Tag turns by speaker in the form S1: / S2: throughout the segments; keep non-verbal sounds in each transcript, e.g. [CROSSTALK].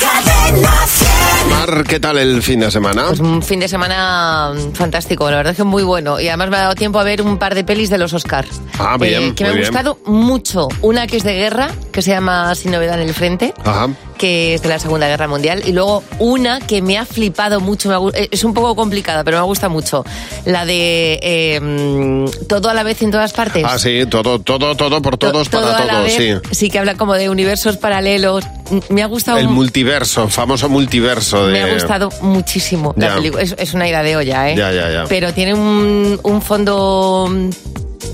S1: Cadena 100.
S2: Mar, ¿qué tal el fin de semana?
S3: Pues un fin de semana mm, fantástico, la verdad es que muy bueno. Y además me ha dado tiempo a ver un par de pelis de los Oscar. Eh,
S2: Ah, bien,
S3: que
S2: muy
S3: me ha
S2: bien.
S3: gustado mucho. Una que es de guerra, que se llama Sin novedad en el frente,
S2: Ajá.
S3: que es de la Segunda Guerra Mundial. Y luego una que me ha flipado mucho, me ha gu- eh, es un poco complicada, pero me gusta mucho. La de eh, mm, Todo a la vez y en todas partes.
S2: Ah, sí, todo, todo, todo por
S3: To-
S2: todos,
S3: todo
S2: para
S3: a la
S2: todos,
S3: vez.
S2: sí.
S3: Sí, que habla como de universos paralelos. M- Me ha gustado
S2: El
S3: mu-
S2: multiverso, famoso multiverso de...
S3: Me ha gustado muchísimo
S2: Eh, Ya.
S3: la película. Es, es una idea de olla, ¿eh?
S2: Ya, ya, ya.
S3: Pero tiene un, un fondo mm,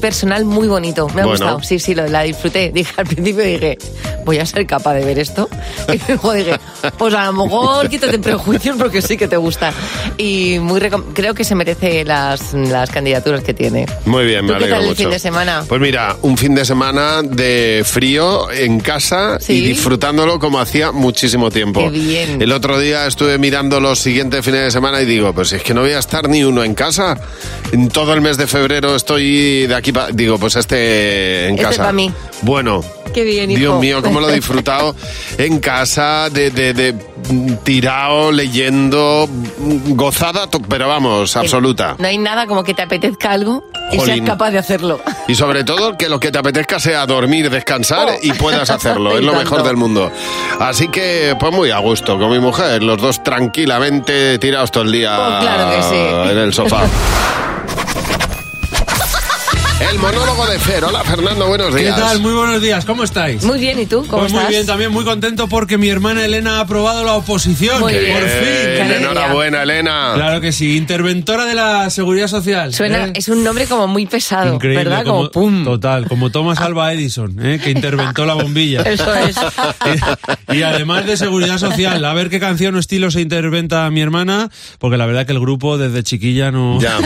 S3: personal muy bonito. Me ha
S2: Bueno.
S3: gustado. Sí, sí, lo- la disfruté. [LAUGHS] Dije al principio, dije, voy a ser capaz de ver esto. [LAUGHS] Y luego dije, pues a lo mejor quítate prejuicios porque sí que te gusta. Y muy recom- creo que se merece las, las candidaturas que tiene.
S2: Muy bien, me
S3: ¿Tú qué
S2: alegro
S3: tal el
S2: mucho.
S3: fin de semana?
S2: Pues mira, un fin de semana de frío en casa
S3: Sí.
S2: y disfrutándolo como hacía muchísimo tiempo.
S3: Qué bien.
S2: El otro día estuve mirando los siguientes fines de semana y digo, pues es que no voy a estar ni uno en casa. En todo el mes de febrero estoy de aquí pa- digo, pues este en
S3: Este
S2: casa.
S3: pa' mí.
S2: Bueno.
S3: Qué bien, hijo.
S2: Dios mío, cómo lo he
S3: [LAUGHS]
S2: disfrutado en casa, de, de, de, mm, tirado, leyendo, mm, gozada, to- pero vamos, absoluta.
S3: No hay nada como que te apetezca algo y
S2: Jolín.
S3: seas capaz de hacerlo.
S2: Y sobre todo que lo que te apetezca sea dormir, descansar
S3: Oh.
S2: y puedas hacerlo.
S3: Y [LAUGHS]
S2: es lo mejor
S3: tanto.
S2: del mundo. Así que, pues muy a gusto con mi mujer. Los dos tranquilamente tirados todo el día
S3: Pues claro que sí.
S2: en el
S3: [LAUGHS]
S2: sofá. el monólogo de Fer. Hola Fernando, buenos
S4: ¿Qué
S2: días.
S4: tal? Muy buenos días, ¿cómo estáis?
S3: Muy bien, ¿y tú? ¿Cómo
S4: Pues
S3: estás?
S4: muy bien, también muy contento porque mi hermana Elena ha aprobado la oposición.
S3: Muy
S4: por
S3: bien.
S2: Eh,
S4: fin.
S3: cariño.
S2: enhorabuena, Elena.
S4: Claro que sí, interventora de la seguridad social.
S3: Suena,
S4: ¿eh?
S3: es un nombre como muy pesado,
S4: Increíble,
S3: ¿verdad? Como,
S4: como-
S3: pum.
S4: Total, como Thomas Alba Edison, ¿eh? que interventó la bombilla.
S3: [LAUGHS] Eso es.
S4: [LAUGHS] y además de seguridad social, a ver qué canción o estilo se interventa mi hermana, porque la verdad que el grupo desde chiquilla no,
S2: Ya.
S4: [LAUGHS]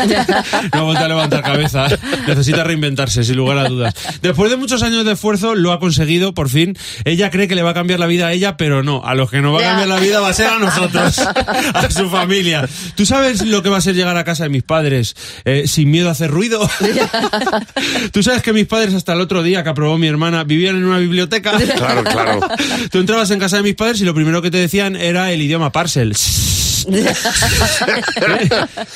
S4: no ha vuelto a levantar cabeza. Necesita reinventarse, sin lugar a dudas. Después de muchos años de esfuerzo, lo ha conseguido, por fin. Ella cree que le va a cambiar la vida a ella, pero no. A los que nos va a
S3: Ya.
S4: cambiar la vida va a ser a
S3: [LAUGHS]
S4: nosotros, a su familia. ¿Tú sabes lo que va a ser llegar a casa de mis padres eh, sin miedo a hacer ruido? Tú sabes que mis padres hasta el otro día que aprobó mi hermana vivían en una biblioteca.
S2: [LAUGHS] Claro, claro.
S4: Tú entrabas en casa de mis padres y lo primero que te decían era el
S2: [LAUGHS]
S4: idioma parcel. [LAUGHS]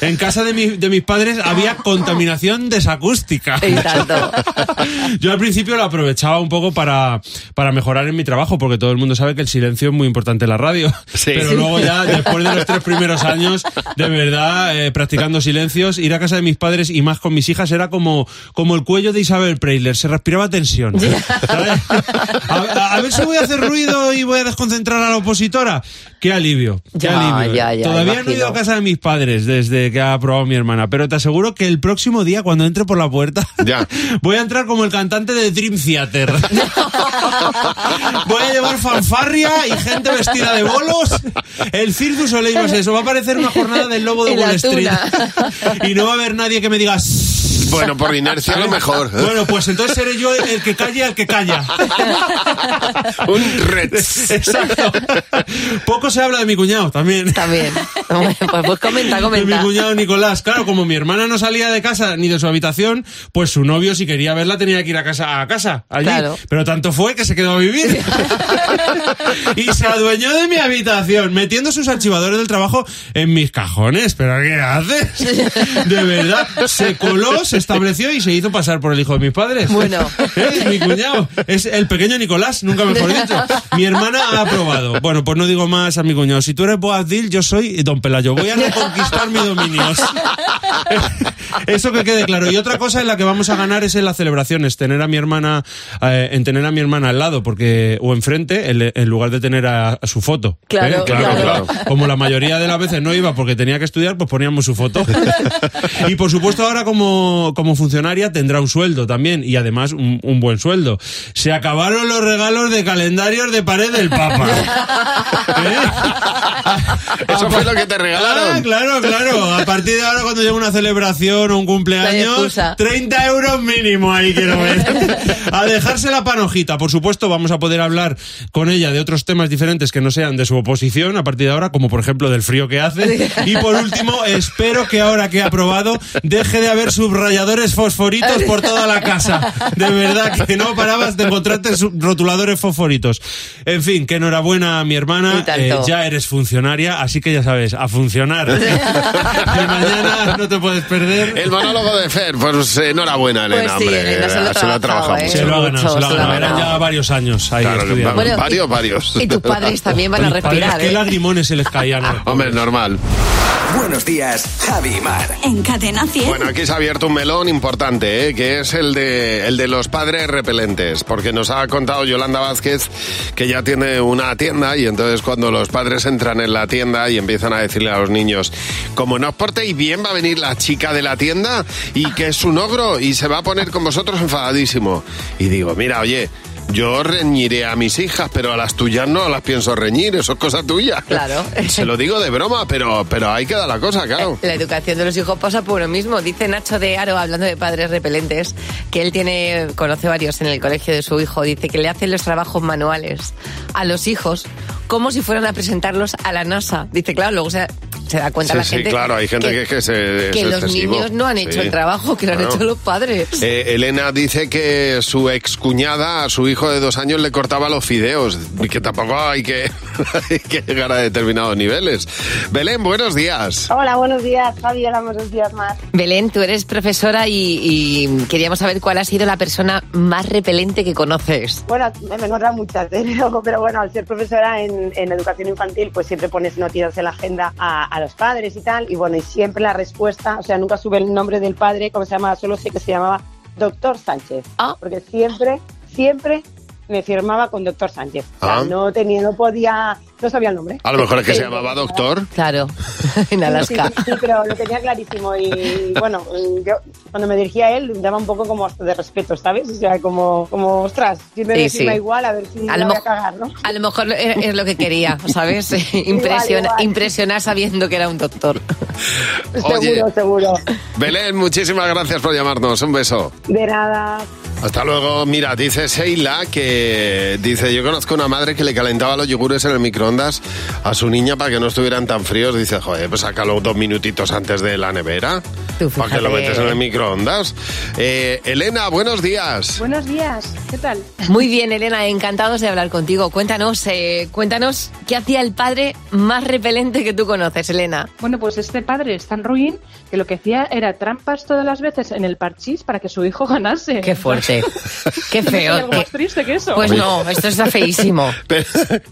S4: en casa de, mi- de mis padres había contaminación desacústica.
S3: Y tanto.
S4: [LAUGHS] Yo al principio lo aprovechaba un poco para, para mejorar en mi trabajo, porque todo el mundo sabe que el silencio es muy importante en la radio.
S2: Sí.
S4: Pero luego ya, después de los tres primeros años, de verdad, eh, practicando silencios, ir a casa de mis padres y más con mis hijas era como, como el cuello de Isabel Preisler, se respiraba tensión. ¿Sabes? A, a ver si voy a hacer ruido y voy a desconcentrar a la opositora. Qué alivio. qué
S3: Ya,
S4: alivio. ¿eh?
S3: ya, ya,
S4: Todavía no he
S3: imagino.
S4: ido a casa de mis padres desde que ha aprobado mi hermana, pero te aseguro que el próximo día, cuando entre por la puerta,
S2: Ya.
S4: [LAUGHS] Voy a entrar como el cantante de Dream
S3: [LAUGHS]
S4: Theater. Voy a llevar fanfarria y gente vestida de bolos. El Circus Soleil va a ser eso. Va a parecer una jornada del lobo de
S3: En la
S4: Wall Street.
S3: tuna.
S4: Y no va a haber nadie que me diga. "Shh".
S2: Bueno, por inercia a lo mejor.
S4: Bueno, pues entonces seré yo el que calle al que
S3: [LAUGHS]
S4: calla.
S2: Un red.
S4: Exacto. Poco se habla de mi cuñado también.
S3: También. Bueno, pues, pues comenta,
S4: De
S3: comenta.
S4: mi cuñado Nicolás. Claro, como mi hermana no salía de casa ni de su habitación, pues su novio, si quería verla, tenía que ir a casa, a casa, allí.
S3: Claro.
S4: Pero tanto fue que se quedó a
S3: [LAUGHS]
S4: vivir. y se adueñó de mi habitación, metiendo sus archivadores del trabajo en mis cajones. ¿Pero qué
S3: [LAUGHS]
S4: haces? De verdad, se coló, se estableció y se hizo pasar por el hijo de mis padres.
S3: Bueno.
S4: [LAUGHS] ¿Eh? Mi cuñado. Es el pequeño Nicolás, nunca mejor dicho. Mi hermana ha aprobado. Bueno, pues no digo más a mi cuñado. Si tú eres Boabdil, yo soy Don Pelayo. Voy
S5: [LAUGHS]
S4: a reconquistar mis dominios. Eso que quede claro. Y otra cosa en la que vamos a ganar es en las celebraciones, tener a mi hermana, eh, en tener a mi hermana al lado, porque o enfrente, en, en lugar de tener a, a su foto. ¿eh?
S3: Claro,
S2: claro.
S4: Como la mayoría de las veces no iba porque tenía que estudiar, pues poníamos su foto. y por supuesto ahora como, como funcionaria tendrá un sueldo también y además un, un buen sueldo. Se acabaron los regalos de calendarios de pared del Papa. ¿Eh?
S2: [LAUGHS] Eso fue lo que te regalaron.
S4: Ah, claro,
S2: [LAUGHS]
S4: claro. A partir de ahora, cuando llegue una celebración o un
S3: No hay
S4: cumpleaños,
S3: excusa.
S4: 30 euros mínimo ahí quiero ver. A dejarse la panojita. Por supuesto, vamos a poder hablar con ella de otros temas diferentes que no sean de su oposición a partir de ahora, como por ejemplo del frío que hace. Y por último, espero que ahora que ha aprobado, deje de haber rayadores fosforitos por toda la casa. De verdad, que no parabas de encontrarte su- rotuladores fosforitos. En fin, que enhorabuena a mi hermana.
S3: Y tanto.
S4: Eh, ya eres funcionaria, así que ya sabes, a funcionar.
S3: [LAUGHS]
S4: Y mañana no te puedes perder.
S2: El monólogo de Fer, pues enhorabuena,
S3: Pues
S2: Elena,
S3: sí,
S2: hombre.
S3: Elena se lo ha
S2: ha
S3: trabajado,
S2: trabajado
S3: ¿eh?
S2: mucho.
S4: Se lo ha ganado, se
S3: Mucho,
S4: lo ha
S3: se lo ha
S4: ganado. Eran
S3: ganado.
S4: ya varios años ahí
S2: Claro,
S4: estudiando.
S2: va-
S3: Bueno,
S2: varios, varios.
S3: Y tus padres también
S4: [LAUGHS]
S3: van a
S4: Mis padres,
S3: respirar,
S4: qué
S3: ¿eh?
S4: lagrimones se les caían. eh? a los
S2: Hombre,
S4: pobres.
S2: normal.
S5: Buenos días, Javi y Mar.
S1: En Cadena 100.
S2: Bueno, aquí se ha abierto un melón importante, ¿eh? que es el de, el de los padres repelentes, porque nos ha contado Yolanda Vázquez que ya tiene una tienda y entonces cuando los padres entran en la tienda y empiezan a decirle a los niños, como no os portéis bien va a venir la chica de la tienda y que es un ogro y se va a poner con vosotros enfadadísimo. Y digo, mira, oye, yo reñiré a mis hijas, pero a las tuyas no las pienso reñir, eso es cosa tuya.
S3: Claro.
S2: Se lo digo de broma, pero, pero ahí queda la cosa, claro.
S3: Eh, La educación de los hijos pasa por lo mismo. Dice Nacho de Aro, hablando de padres repelentes, que él tiene, conoce varios en el colegio de su hijo. Dice que le hacen los trabajos manuales a los hijos como si fueran a presentarlos a la NASA. Dice, claro, luego se, se da cuenta
S2: Sí,
S3: la
S2: sí,
S3: gente.
S2: claro, hay gente que es que se- es
S3: que los
S2: excesivo.
S3: niños no han hecho
S2: Sí.
S3: el trabajo, que lo
S2: Claro.
S3: han hecho los padres.
S2: Eh, Elena dice que su excuñada a su hijo de dos años le cortaba los fideos, que tampoco hay que, [LAUGHS] hay que llegar a determinados niveles. Belén, buenos días.
S6: Hola, buenos días, Javi. Hola, buenos días, Mar.
S3: Belén, tú eres profesora y, y queríamos saber cuál ha sido la persona más repelente que conoces.
S6: Bueno, me he encontrado muchas, ¿eh? [LAUGHS] pero pero bueno, al ser profesora en, en educación infantil, pues siempre pones notitas en la agenda a, a los padres y tal. Y bueno, y siempre la respuesta, o sea, nunca sube el nombre del padre, cómo se llamaba, solo sé que se llamaba Doctor Sánchez.
S3: Ah.
S6: Porque siempre, siempre me firmaba con Doctor Sánchez. O sea,
S2: Ah.
S6: no tenía, no podía, no sabía el nombre.
S2: A lo mejor es que
S3: [LAUGHS]
S2: se
S6: Sí.
S2: llamaba doctor.
S3: Claro, [LAUGHS] en Alaska.
S6: Sí, sí, sí, pero lo tenía clarísimo y bueno, yo cuando me dirigía a él daba un poco como hasta de respeto, ¿sabes? O sea, como, como ostras, si me
S3: Sí,
S6: decía
S3: sí.
S6: igual a ver si
S3: A
S6: me
S3: lo,
S6: voy
S3: mo-
S6: a cagar, ¿no?
S3: a lo mejor es, es lo que quería,
S7: [LAUGHS]
S3: ¿sabes? [LAUGHS] Impresiona,
S6: igual.
S3: Impresionar sabiendo que era un doctor.
S2: Oye,
S6: Seguro, seguro.
S2: Belén, muchísimas gracias por llamarnos. Un beso.
S6: De nada.
S2: Hasta luego. Mira, dice Sheila que dice, yo conozco una madre que le calentaba los yogures en el microondas a su niña para que no estuvieran tan fríos. Dice, joder, pues sácalo dos minutitos antes de la nevera
S3: Tú
S2: para que lo
S3: fíjate.
S2: metes en el microondas. Eh, Elena, buenos días.
S6: Buenos días, ¿qué tal?
S3: Muy bien, Elena, encantados de hablar contigo. Cuéntanos, eh, cuéntanos qué hacía el padre más repelente que tú conoces, Elena.
S7: Bueno, pues este padre es tan ruin que lo que hacía era trampas todas las veces en el parchís para que su hijo ganase.
S3: Qué fuerte, qué
S7: ¿Hay
S3: feo.
S7: algo más triste que eso?
S3: Pues no, esto está feísimo.
S2: [LAUGHS] Pero,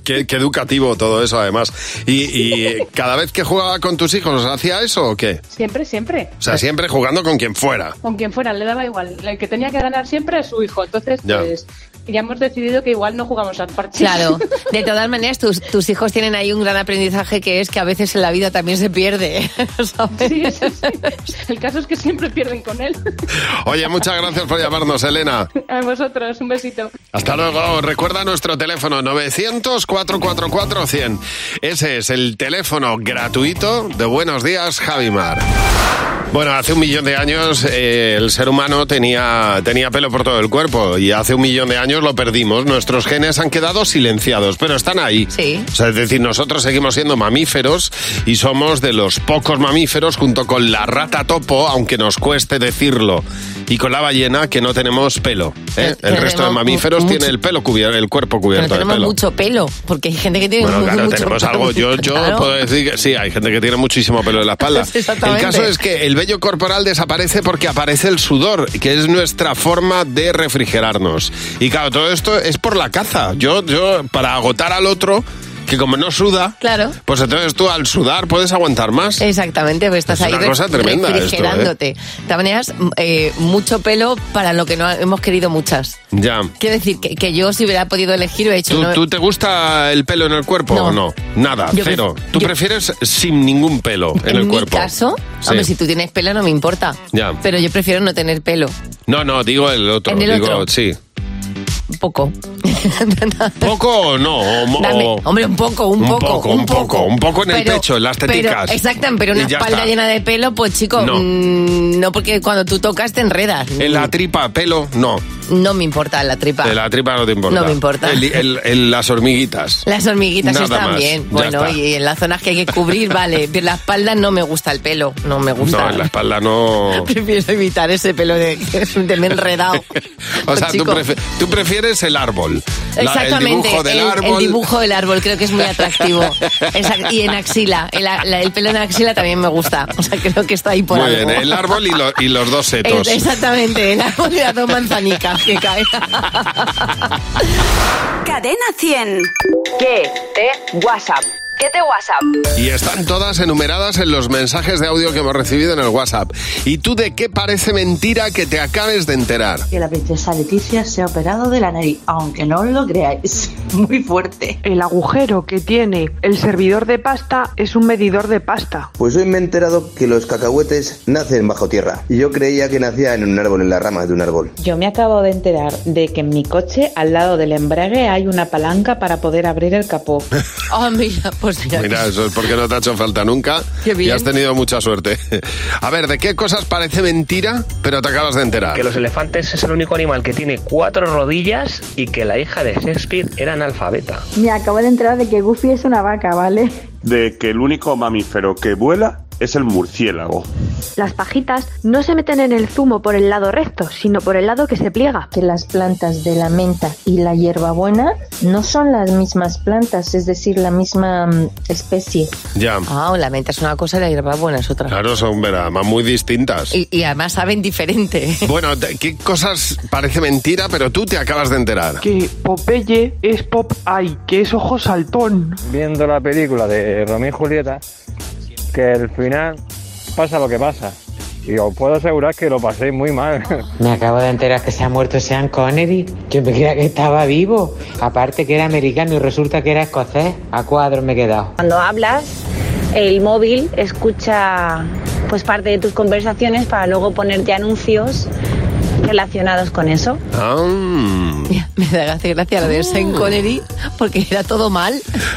S2: qué, qué educativo todo eso, además. ¿Y, y, eh, cada vez que jugaba con tus hijos hacía eso o qué?
S7: Siempre, siempre.
S2: O sea, siempre jugando con quien fuera.
S7: Con quien fuera, le daba igual. El que tenía que ganar siempre es su hijo. Entonces,
S2: Ya.
S7: pues, ya hemos decidido que igual no jugamos al parchís. [LAUGHS]
S3: Claro, de todas maneras tus, tus hijos tienen ahí un gran aprendizaje que es que a veces en la vida también se pierde, [LAUGHS] ¿sabes?
S7: Sí, sí, sí. El caso es que siempre pierden con él.
S2: Oye, muchas gracias por llamarnos, Elena.
S7: A vosotros, un besito.
S2: Hasta luego. Recuerda nuestro teléfono 900-444-100. Ese es el teléfono gratuito de Buenos Días, Javimar. Bueno, hace un millón de años eh, el ser humano tenía, tenía pelo por todo el cuerpo y hace un millón de años lo perdimos. Nuestros genes han quedado silenciados, pero están ahí.
S3: Sí.
S2: O sea, es decir, nosotros seguimos siendo mamíferos y somos de los pocos mamíferos junto con la rata topo, aunque nos cueste decirlo, y con la ballena que no tenemos pelo. ¿eh?
S3: Que-
S2: El
S3: que
S2: resto de
S3: tenemos
S2: mamíferos
S3: mu-
S2: tiene
S3: mucho-
S2: el pelo cubierto, el cuerpo
S3: Pero
S2: cubierto de
S3: tenemos
S2: pelo.
S3: mucho pelo, porque hay gente que tiene
S2: Bueno,
S3: muy-
S2: claro,
S3: mucho
S2: tenemos
S3: pelo.
S2: algo. Yo, yo
S3: Claro.
S2: puedo decir que sí, hay gente que tiene muchísimo pelo en la espalda.
S3: [LAUGHS] Exactamente.
S2: El caso es que el vello corporal desaparece porque aparece el sudor, que es nuestra forma de refrigerarnos. Y claro, todo esto es por la caza. Yo, yo para agotar al otro, que como no suda,
S3: Claro.
S2: pues entonces tú al sudar puedes aguantar más.
S3: Exactamente, pues estás
S2: Es
S3: ahí
S2: una
S3: re-
S2: cosa tremenda esto, ¿eh?
S3: refrigerándote. De todas maneras, m- eh, mucho pelo para lo que no ha- hemos querido muchas.
S2: Ya.
S3: Quiero decir que, que yo si hubiera podido elegir, he hecho...
S2: ¿Tú,
S3: no-
S2: tú te gusta el pelo en el cuerpo
S3: No.
S2: o no? Nada,
S3: Yo pref-
S2: cero. Tú
S3: yo-
S2: prefieres sin ningún pelo en,
S3: en
S2: el
S3: mi
S2: cuerpo.
S3: caso,
S2: Sí.
S3: hombre, si tú tienes pelo no me importa.
S2: Ya.
S3: Pero yo prefiero no tener pelo.
S2: No, no, digo el otro.
S3: En el
S2: digo,
S3: otro.
S2: sí.
S3: [LAUGHS] Un poco.
S2: ¿Poco o no? O mo-
S3: Dame-
S2: o-
S3: hombre, un poco, un,
S2: Un
S3: poco,
S2: poco, un poco, un poco en el pecho, en las teticas.
S3: Pero, exacto, pero
S2: Y
S3: una
S2: ya
S3: espalda
S2: está.
S3: llena de pelo, pues chico,
S2: No.
S3: mm, no porque cuando tú tocas te enredas.
S2: En la tripa, pelo, no.
S3: No me importa la tripa.
S2: De la tripa no te importa.
S3: No me importa.
S2: El- el- el- las hormiguitas.
S3: Las hormiguitas
S2: Nada
S3: están
S2: más,
S3: bien.
S2: ya
S3: Bueno,
S2: está.
S3: y en las zonas que hay
S2: [LAUGHS]
S3: que cubrir, vale. Pero la espalda no me gusta el pelo. No me gusta.
S2: No,
S3: [LAUGHS]
S2: en la espalda no.
S3: Prefiero evitar ese pelo de, [LAUGHS] de me he enredado.
S2: O sea, tú,
S3: Chico.
S2: prefi- tú prefieres el árbol. La- El
S3: Exactamente,
S2: dibujo del
S3: el-
S2: árbol.
S3: el dibujo del árbol creo que es muy atractivo. Exact- y en axila, el, a- la- el pelo en axila también me gusta. O sea, creo que está ahí por
S2: Muy
S3: algo.
S2: bien, el árbol y, lo- y los
S3: [LAUGHS]
S2: dos setos.
S3: Es- Exactamente, el árbol de las dos manzanicas que cae.
S1: Cadena 100. ¿Qué te WhatsApp? ¿Qué te WhatsApp?
S2: Y están todas enumeradas en los mensajes de audio que hemos recibido en el WhatsApp. ¿Y tú de qué parece mentira que te acabes de enterar?
S8: Que la princesa Leticia se ha operado de la nariz, aunque no os lo creáis. [LAUGHS] Muy fuerte.
S9: El agujero que tiene el servidor de pasta es un medidor de pasta.
S10: Pues hoy me he enterado que los cacahuetes nacen bajo tierra. Y yo creía que nacía en un árbol, en la rama de un árbol.
S11: Yo me acabo de enterar de que en mi coche, al lado del embrague, hay una palanca para poder abrir el capó.
S3: Oh, mira, pues mira.
S2: Mira, eso es porque no te ha hecho falta nunca
S3: Qué bien.
S2: y has tenido mucha suerte. [LAUGHS] A ver, ¿de qué cosas parece mentira pero te acabas de enterar?
S12: Que los elefantes es el único animal que tiene cuatro rodillas y que la hija de Shakespeare era analfabeta.
S13: Me acabo de enterar de que Goofy es una vaca, ¿vale?
S14: de que el único mamífero que vuela es el murciélago.
S15: Las pajitas no se meten en el zumo por el lado recto, sino por el lado que se pliega.
S16: que las plantas de la menta y la hierbabuena no son las mismas plantas, [LAUGHS] es decir, la misma mm, especie.
S2: Ya.
S3: Ah, la menta es una cosa y la hierbabuena es otra.
S2: Claro, son verá, más muy distintas.
S3: Y, y además saben diferente.
S2: Bueno, ¿de ¿qué cosas parece mentira pero tú te acabas de enterar?
S9: Que Eh, Popeye es Pop Eye, que es ojo saltón.
S17: viendo [LAUGHS] la película
S5: [LAUGHS]
S17: de Romeo y Julieta que el final pasa lo que pasa. Y os puedo asegurar que lo paséis muy mal.
S18: Me acabo de enterar que se ha muerto Sean Connery. Yo me creía que estaba vivo. Aparte que era americano y resulta que era escocés. A cuadro me he quedado.
S19: Cuando hablas, el móvil escucha pues parte de tus conversaciones para luego ponerte anuncios relacionados con eso.
S2: Ah,
S3: Me da gracia, gracia
S16: Ah.
S3: lo de Sean Connery porque era todo mal.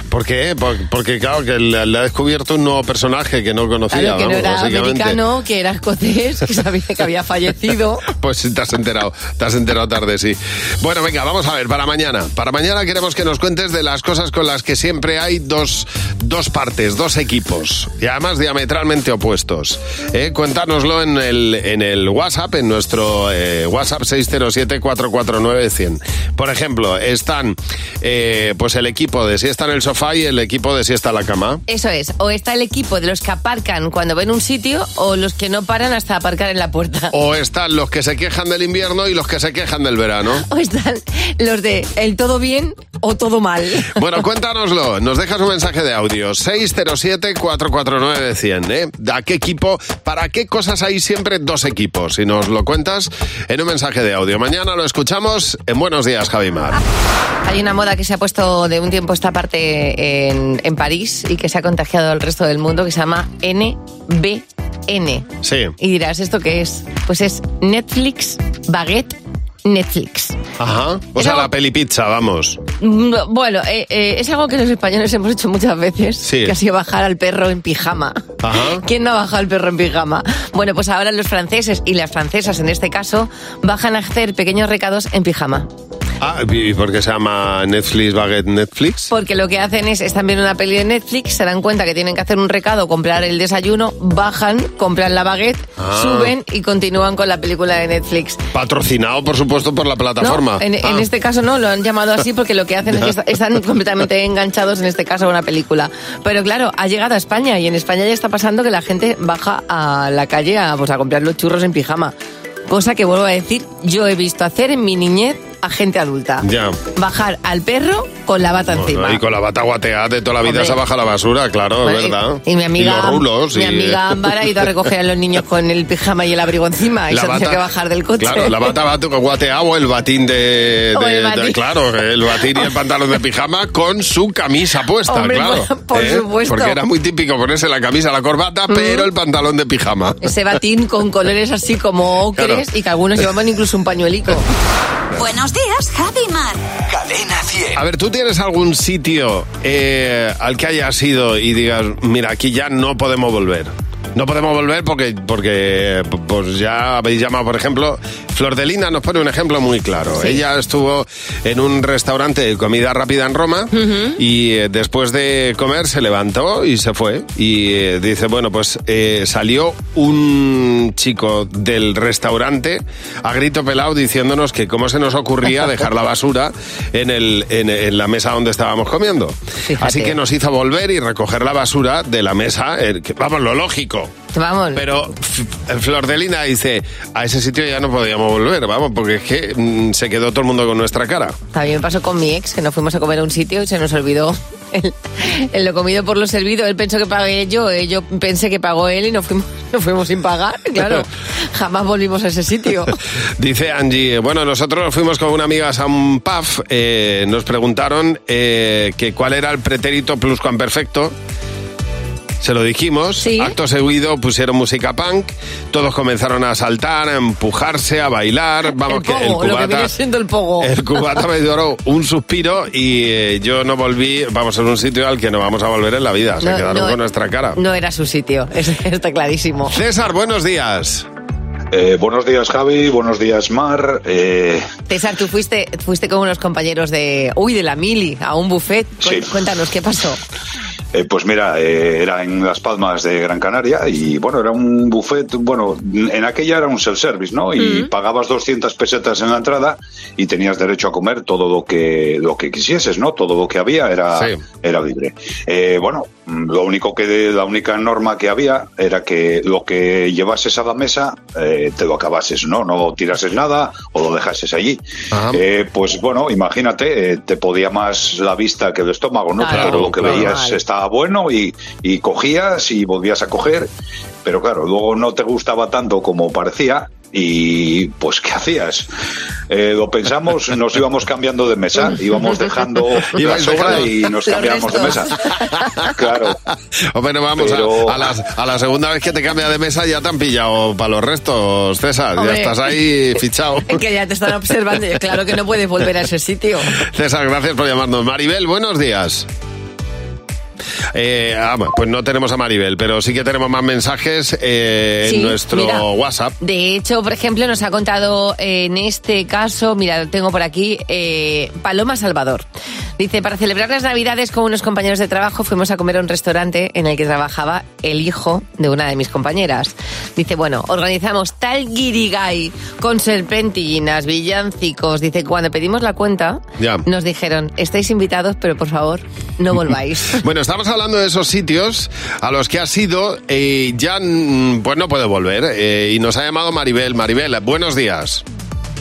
S2: ¿Por qué? Por- porque claro, que le, le ha descubierto un nuevo personaje que no conocía.
S3: Claro, que no
S2: vamos,
S3: era
S2: básicamente.
S3: americano, que era escocés, que sabía que había fallecido.
S2: Pues sí, te has enterado, te has enterado tarde, sí. Bueno, venga, vamos a ver, para mañana. Para mañana queremos que nos cuentes de las cosas con las que siempre hay dos, dos partes, dos equipos, y además diametralmente opuestos. ¿Eh? Cuéntanoslo en el, en el WhatsApp, en nuestro eh, WhatsApp 607-449-100. Por ejemplo, están eh, pues el equipo de si está en el sofá y el equipo de si está en la cama.
S3: Eso es, o está el equipo de los que aparcan cuando ven un sitio o los que no paran hasta aparcar en la puerta.
S2: O están los que se quejan del invierno y los que se quejan del verano.
S3: [LAUGHS] O están los de el todo bien o todo mal.
S2: Bueno, cuéntanoslo. Nos dejas un mensaje de audio. 607-449-100. ¿eh? ¿A qué equipo? ¿Para qué cosas hay siempre dos equipos? Si nos lo cuentas en un mensaje de audio. Mañana lo escuchamos en Buenos Días, Javimar.
S3: Hay una moda que se ha puesto de un tiempo a esta parte en, en París y que se ha contagiado al resto del mundo que se llama NBN.
S2: Sí.
S3: Y dirás, ¿esto qué es? Pues es Netflix Baguette Netflix.
S2: Ajá. O sea, la peli pizza, vamos.
S3: Mm, Bueno, eh, eh, es algo que los españoles hemos hecho muchas veces,
S2: Sí.
S3: que ha sido bajar al perro en pijama.
S2: Ajá.
S3: ¿Quién no ha bajado el perro en pijama? Bueno, pues ahora los franceses y las francesas en este caso bajan a hacer pequeños recados en pijama.
S2: Ah, ¿y por qué se llama Netflix Baguette Netflix?
S3: Porque lo que hacen es, están viendo una peli de Netflix, se dan cuenta que tienen que hacer un recado, comprar el desayuno, bajan, compran la baguette,
S2: Ah.
S3: suben y continúan con la película de Netflix.
S2: Patrocinado, por supuesto, por la plataforma.
S3: No, en, en
S2: Ah.
S3: este caso no, lo han llamado así porque lo que
S2: [LAUGHS]
S3: hacen es que est- están completamente enganchados en este caso a una película. Pero claro, ha llegado a España y en España ya está pasando que la gente baja a la calle a, pues, a comprar los churros en pijama. Cosa que vuelvo a decir, yo he visto hacer en mi niñez a gente adulta.
S2: Ya.
S3: Bajar al perro con la bata encima.
S2: Bueno, y con la bata guateada de toda la vida
S3: Hombre.
S2: se baja la basura, claro,
S3: Bueno,
S2: es
S3: y-
S2: verdad.
S3: Y, mi amiga,
S2: los rulos.
S3: mi
S2: y-
S3: amiga Ámbar ha ido
S2: [LAUGHS]
S3: a recoger a los niños con el pijama y el abrigo encima y
S2: La
S3: se
S2: bata-
S3: tenía que bajar del coche.
S2: Claro, la bata va tu- guateada o el batín de,
S3: [LAUGHS] O
S2: de- de-
S3: el batín.
S2: Claro, el batín y el pantalón de pijama con su camisa puesta,
S3: Hombre,
S2: claro. ¿eh?
S3: por supuesto.
S2: Porque era muy típico ponerse la camisa, la corbata, pero el pantalón de pijama. [LAUGHS]
S3: Ese batín con colores así como ocres
S2: Claro.
S3: y que algunos llevaban incluso un pañuelico.
S1: Buenos días, Javi y Mar. Cadena 100.
S2: A ver, ¿tú tienes algún sitio eh, al que hayas ido y digas, mira, aquí ya no podemos volver? No podemos volver porque, porque eh, pues ya habéis llamado, por ejemplo, Flor de Linda nos pone un ejemplo muy claro. Ella estuvo en un restaurante de comida rápida en Roma y eh, después de comer se levantó y se fue. Y eh, dice, bueno, pues eh, salió un chico del restaurante a grito pelado diciéndonos que cómo se nos ocurría dejar la basura en, el, en, en la mesa donde estábamos comiendo. Así que nos hizo volver y recoger la basura de la mesa, eh, que, vamos, lo lógico.
S3: Vamos.
S2: Pero F- Flor de Lina dice, a ese sitio ya no podíamos volver, vamos, porque es que mm, se quedó todo el mundo con nuestra cara.
S3: También me pasó con mi ex, que nos fuimos a comer a un sitio y se nos olvidó el, el lo comido por lo servido. Él pensó que pagué yo, eh, yo pensé que pagó él y nos fuimos, nos fuimos sin pagar. Claro, jamás volvimos a ese sitio.
S2: Dice Angie, bueno, nosotros fuimos con una amiga a un pub, eh, nos preguntaron eh, que cuál era el pretérito pluscuamperfecto. Se lo dijimos, acto seguido pusieron música punk, todos comenzaron a saltar, a empujarse, a bailar, vamos que el
S3: Pogo, lo que
S2: cubata,
S3: viene siendo el pogo.
S2: el cubata me lloró un suspiro y eh, yo no volví, vamos, en un sitio al que no vamos a volver en la vida, se
S3: No,
S2: quedaron
S3: no,
S2: con nuestra cara.
S3: No era su sitio, es- está clarísimo.
S2: César, buenos días.
S20: Eh, buenos días, Javi. Buenos días, Mar. Eh,
S3: César, tú fuiste, fuiste con unos compañeros de, uy, de la mili, a un buffet. Cu-
S20: Sí.
S3: Cuéntanos, ¿qué pasó?
S20: eh, pues mira, eh, era en Las Palmas de Gran Canaria y bueno, era un buffet. Bueno, en aquella era un self-service, ¿no? Y pagabas 200 pesetas en la entrada y tenías derecho a comer todo lo que, lo que quisieses, ¿no? Todo lo que había era, era libre. Eh, bueno, lo único que, la única norma que había era que lo que llevases a la mesa eh, te lo acabases, ¿no? No tirases nada o lo dejases allí. Eh, pues bueno, imagínate, eh, te podía más la vista que el estómago, ¿no?
S21: Claro,
S20: Pero lo que
S21: claro.
S20: veías Pues estaba bueno y, y cogías y volvías a coger, pero claro, luego no te gustaba tanto como parecía. Y pues, ¿qué hacías? Eh, lo pensamos, nos íbamos cambiando de mesa, íbamos dejando
S2: [LAUGHS]
S20: la
S2: Ibais
S20: sobra
S2: dejando
S20: y nos
S2: los
S20: cambiábamos de mesa.
S2: restos.
S20: [LAUGHS] Claro.
S2: Bueno, vamos, a-
S20: Pero-
S2: a, las- a la segunda vez que te cambia de mesa ya te han pillado para los restos, César,
S3: Hombre.
S2: ya estás
S3: [LAUGHS]
S2: ahí fichado.
S3: Que ya te están observando. Claro que no puedes volver a ese sitio.
S2: César, gracias por llamarnos. Maribel, buenos días. Eh, ah, bueno, pues no tenemos a Maribel, pero sí que tenemos más mensajes eh,
S3: Sí,
S2: en nuestro
S3: mira.
S2: WhatsApp.
S3: De hecho, por ejemplo, nos ha contado eh, en este caso, mira, lo tengo por aquí, eh, Paloma Salvador. Dice, para celebrar las Navidades con unos compañeros de trabajo fuimos a comer a un restaurante en el que trabajaba el hijo de una de mis compañeras. Dice, bueno, organizamos tal guirigay con serpentinas, villancicos. Dice, cuando pedimos la cuenta,
S2: Ya.
S3: nos dijeron, estáis invitados, pero por favor,
S2: [LAUGHS]
S3: no volváis.
S2: Bueno, estamos hablando de esos sitios a los que has ido y ya mm, pues no puede volver. eh, y nos ha llamado Maribel. Maribel, buenos días.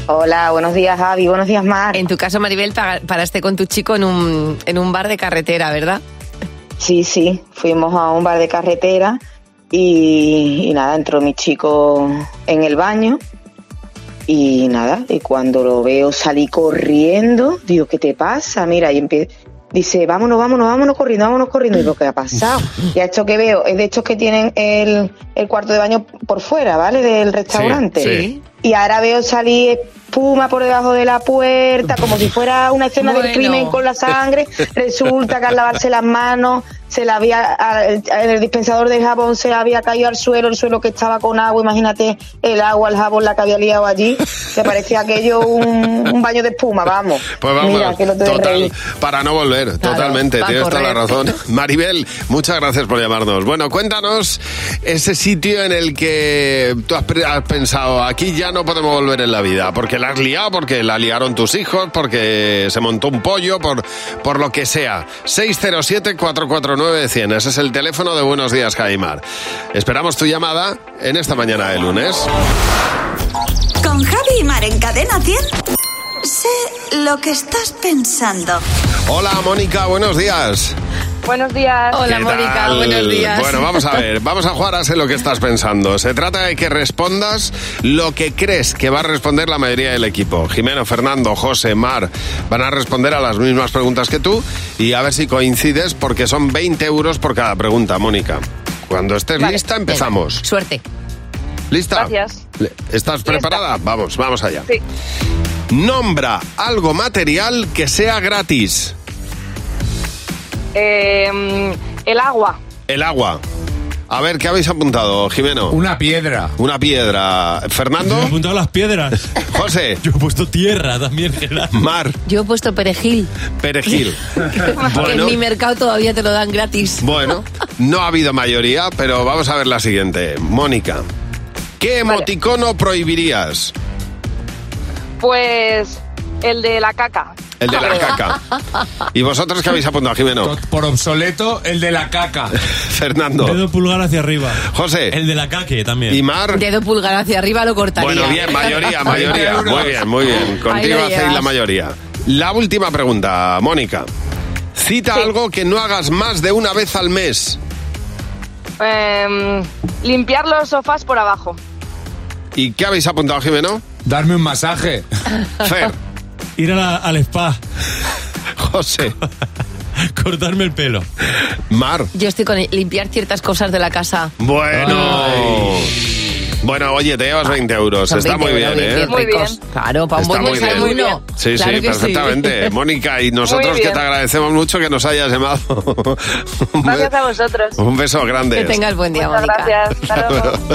S3: Hola, buenos días Javi, buenos días Mar. En tu caso, Maribel, pa- paraste con tu chico en un, en un bar de carretera, ¿verdad?
S22: Sí, sí, fuimos a un bar de carretera y, y nada, entró mi chico en el baño y nada, y cuando lo veo salí corriendo, digo, ¿qué te pasa? Mira, y empie- Dice, vámonos, vámonos, vámonos corriendo, vámonos corriendo. Y lo que ha pasado. Y a esto que veo es de estos que tienen el, el cuarto de baño por fuera, ¿vale? Del restaurante.
S23: sí.
S22: Y ahora veo salir espuma por debajo de la puerta, como si fuera una escena
S23: Bueno.
S22: del crimen con la sangre. Resulta que al lavarse las manos, se la había, al- en el dispensador de jabón se había caído al suelo, el suelo que estaba con agua, imagínate el agua, el jabón, la que había liado allí. Se parecía aquello un, un baño de espuma, vamos.
S2: Pues vamos,
S22: Mira, que no te des
S2: total,
S22: reír.
S2: para no volver, totalmente,
S22: pa'
S2: tienes toda la
S22: correr. [LAUGHS]
S2: razón. Maribel, muchas gracias por llamarnos. Bueno, cuéntanos ese sitio en el que tú has, pre- has pensado, aquí ya no podemos volver en la vida, porque la has liado, porque la liaron tus hijos, porque se montó un pollo, por, por lo que sea. 607-449-100, ese es el teléfono de Buenos Días, Jaimar. Esperamos tu llamada en esta mañana de lunes.
S24: Con Javi y Mar en Cadena 100. Sé lo que estás pensando.
S2: Hola, Mónica, buenos días.
S24: Buenos días.
S2: ¿Qué tal? Bueno, vamos a
S24: [LAUGHS]
S2: ver, vamos a jugar a sé lo que estás pensando. Se trata de que respondas lo que crees que va a responder la mayoría del equipo. Jimeno, Fernando, José, Mar van a responder a las mismas preguntas que tú y a ver si coincides porque son 20 euros por cada pregunta, Mónica. Cuando estés lista, empezamos.
S3: Suerte.
S2: ¿Lista?
S3: Gracias.
S2: Le- ¿Estás preparada? Vamos, vamos allá.
S3: Sí.
S2: Nombra algo material que sea gratis.
S4: Em,
S23: Eh, el agua.
S2: El agua. A ver, ¿qué habéis apuntado, Jimeno? Una piedra. Una piedra. Fernando.
S5: he apuntado las piedras.
S2: [LAUGHS] José.
S5: Yo he puesto tierra también, Gerard.
S2: Mar.
S3: Yo he puesto perejil.
S2: Perejil.
S3: Que en
S2: bueno,
S3: mi mercado todavía te lo dan gratis.
S2: bueno, no ha habido mayoría, pero vamos a ver la siguiente. Mónica. ¿Qué emoticono prohibirías?
S4: Pues el de la caca.
S2: El de la caca. ¿Y vosotros qué habéis apuntado, Jimeno?
S21: Por obsoleto, el de la
S2: [LAUGHS]
S21: caca.
S2: Fernando.
S5: Dedo pulgar hacia arriba.
S2: José.
S5: El de la caque también.
S2: Y Mar.
S3: Dedo pulgar hacia arriba lo cortaría.
S2: Bueno, bien,
S3: [LAUGHS]
S2: mayoría, mayoría. Muy bien, muy bien. Contigo
S3: Ahí lo
S2: hacéis
S3: llevas.
S2: la mayoría. La última pregunta, Mónica. Cita algo que no hagas más de una vez al mes.
S4: [LAUGHS] Em, limpiar los sofás por abajo.
S2: ¿Y qué habéis apuntado, Jimeno?
S21: Darme un masaje.
S2: [LAUGHS] Fer.
S5: Ir a la- al spa.
S2: [LAUGHS] José.
S5: [LAUGHS] Cortarme el pelo.
S2: Mar.
S3: Yo estoy con el- limpiar ciertas cosas de la casa.
S2: Bueno. Bueno, oye, te llevas 20 euros.
S3: Ah,
S2: Pues Está
S3: Son 20
S2: muy bien,
S3: euros,
S2: ¿eh?
S3: Muy bien. Claro, para un
S2: Está
S3: buen
S2: muy bien.
S3: desayuno.
S2: Sí,
S3: Claro
S2: sí,
S3: que
S2: perfectamente.
S3: [LAUGHS]
S2: Mónica, y nosotros
S3: Muy
S2: que
S3: bien.
S2: te agradecemos mucho que nos hayas llamado. [LAUGHS] Un be-
S4: Gracias a vosotros.
S2: Un beso grande.
S3: Que tengas buen día,
S4: Muchas
S3: Mónica.
S4: gracias. Hasta luego.
S2: [LAUGHS]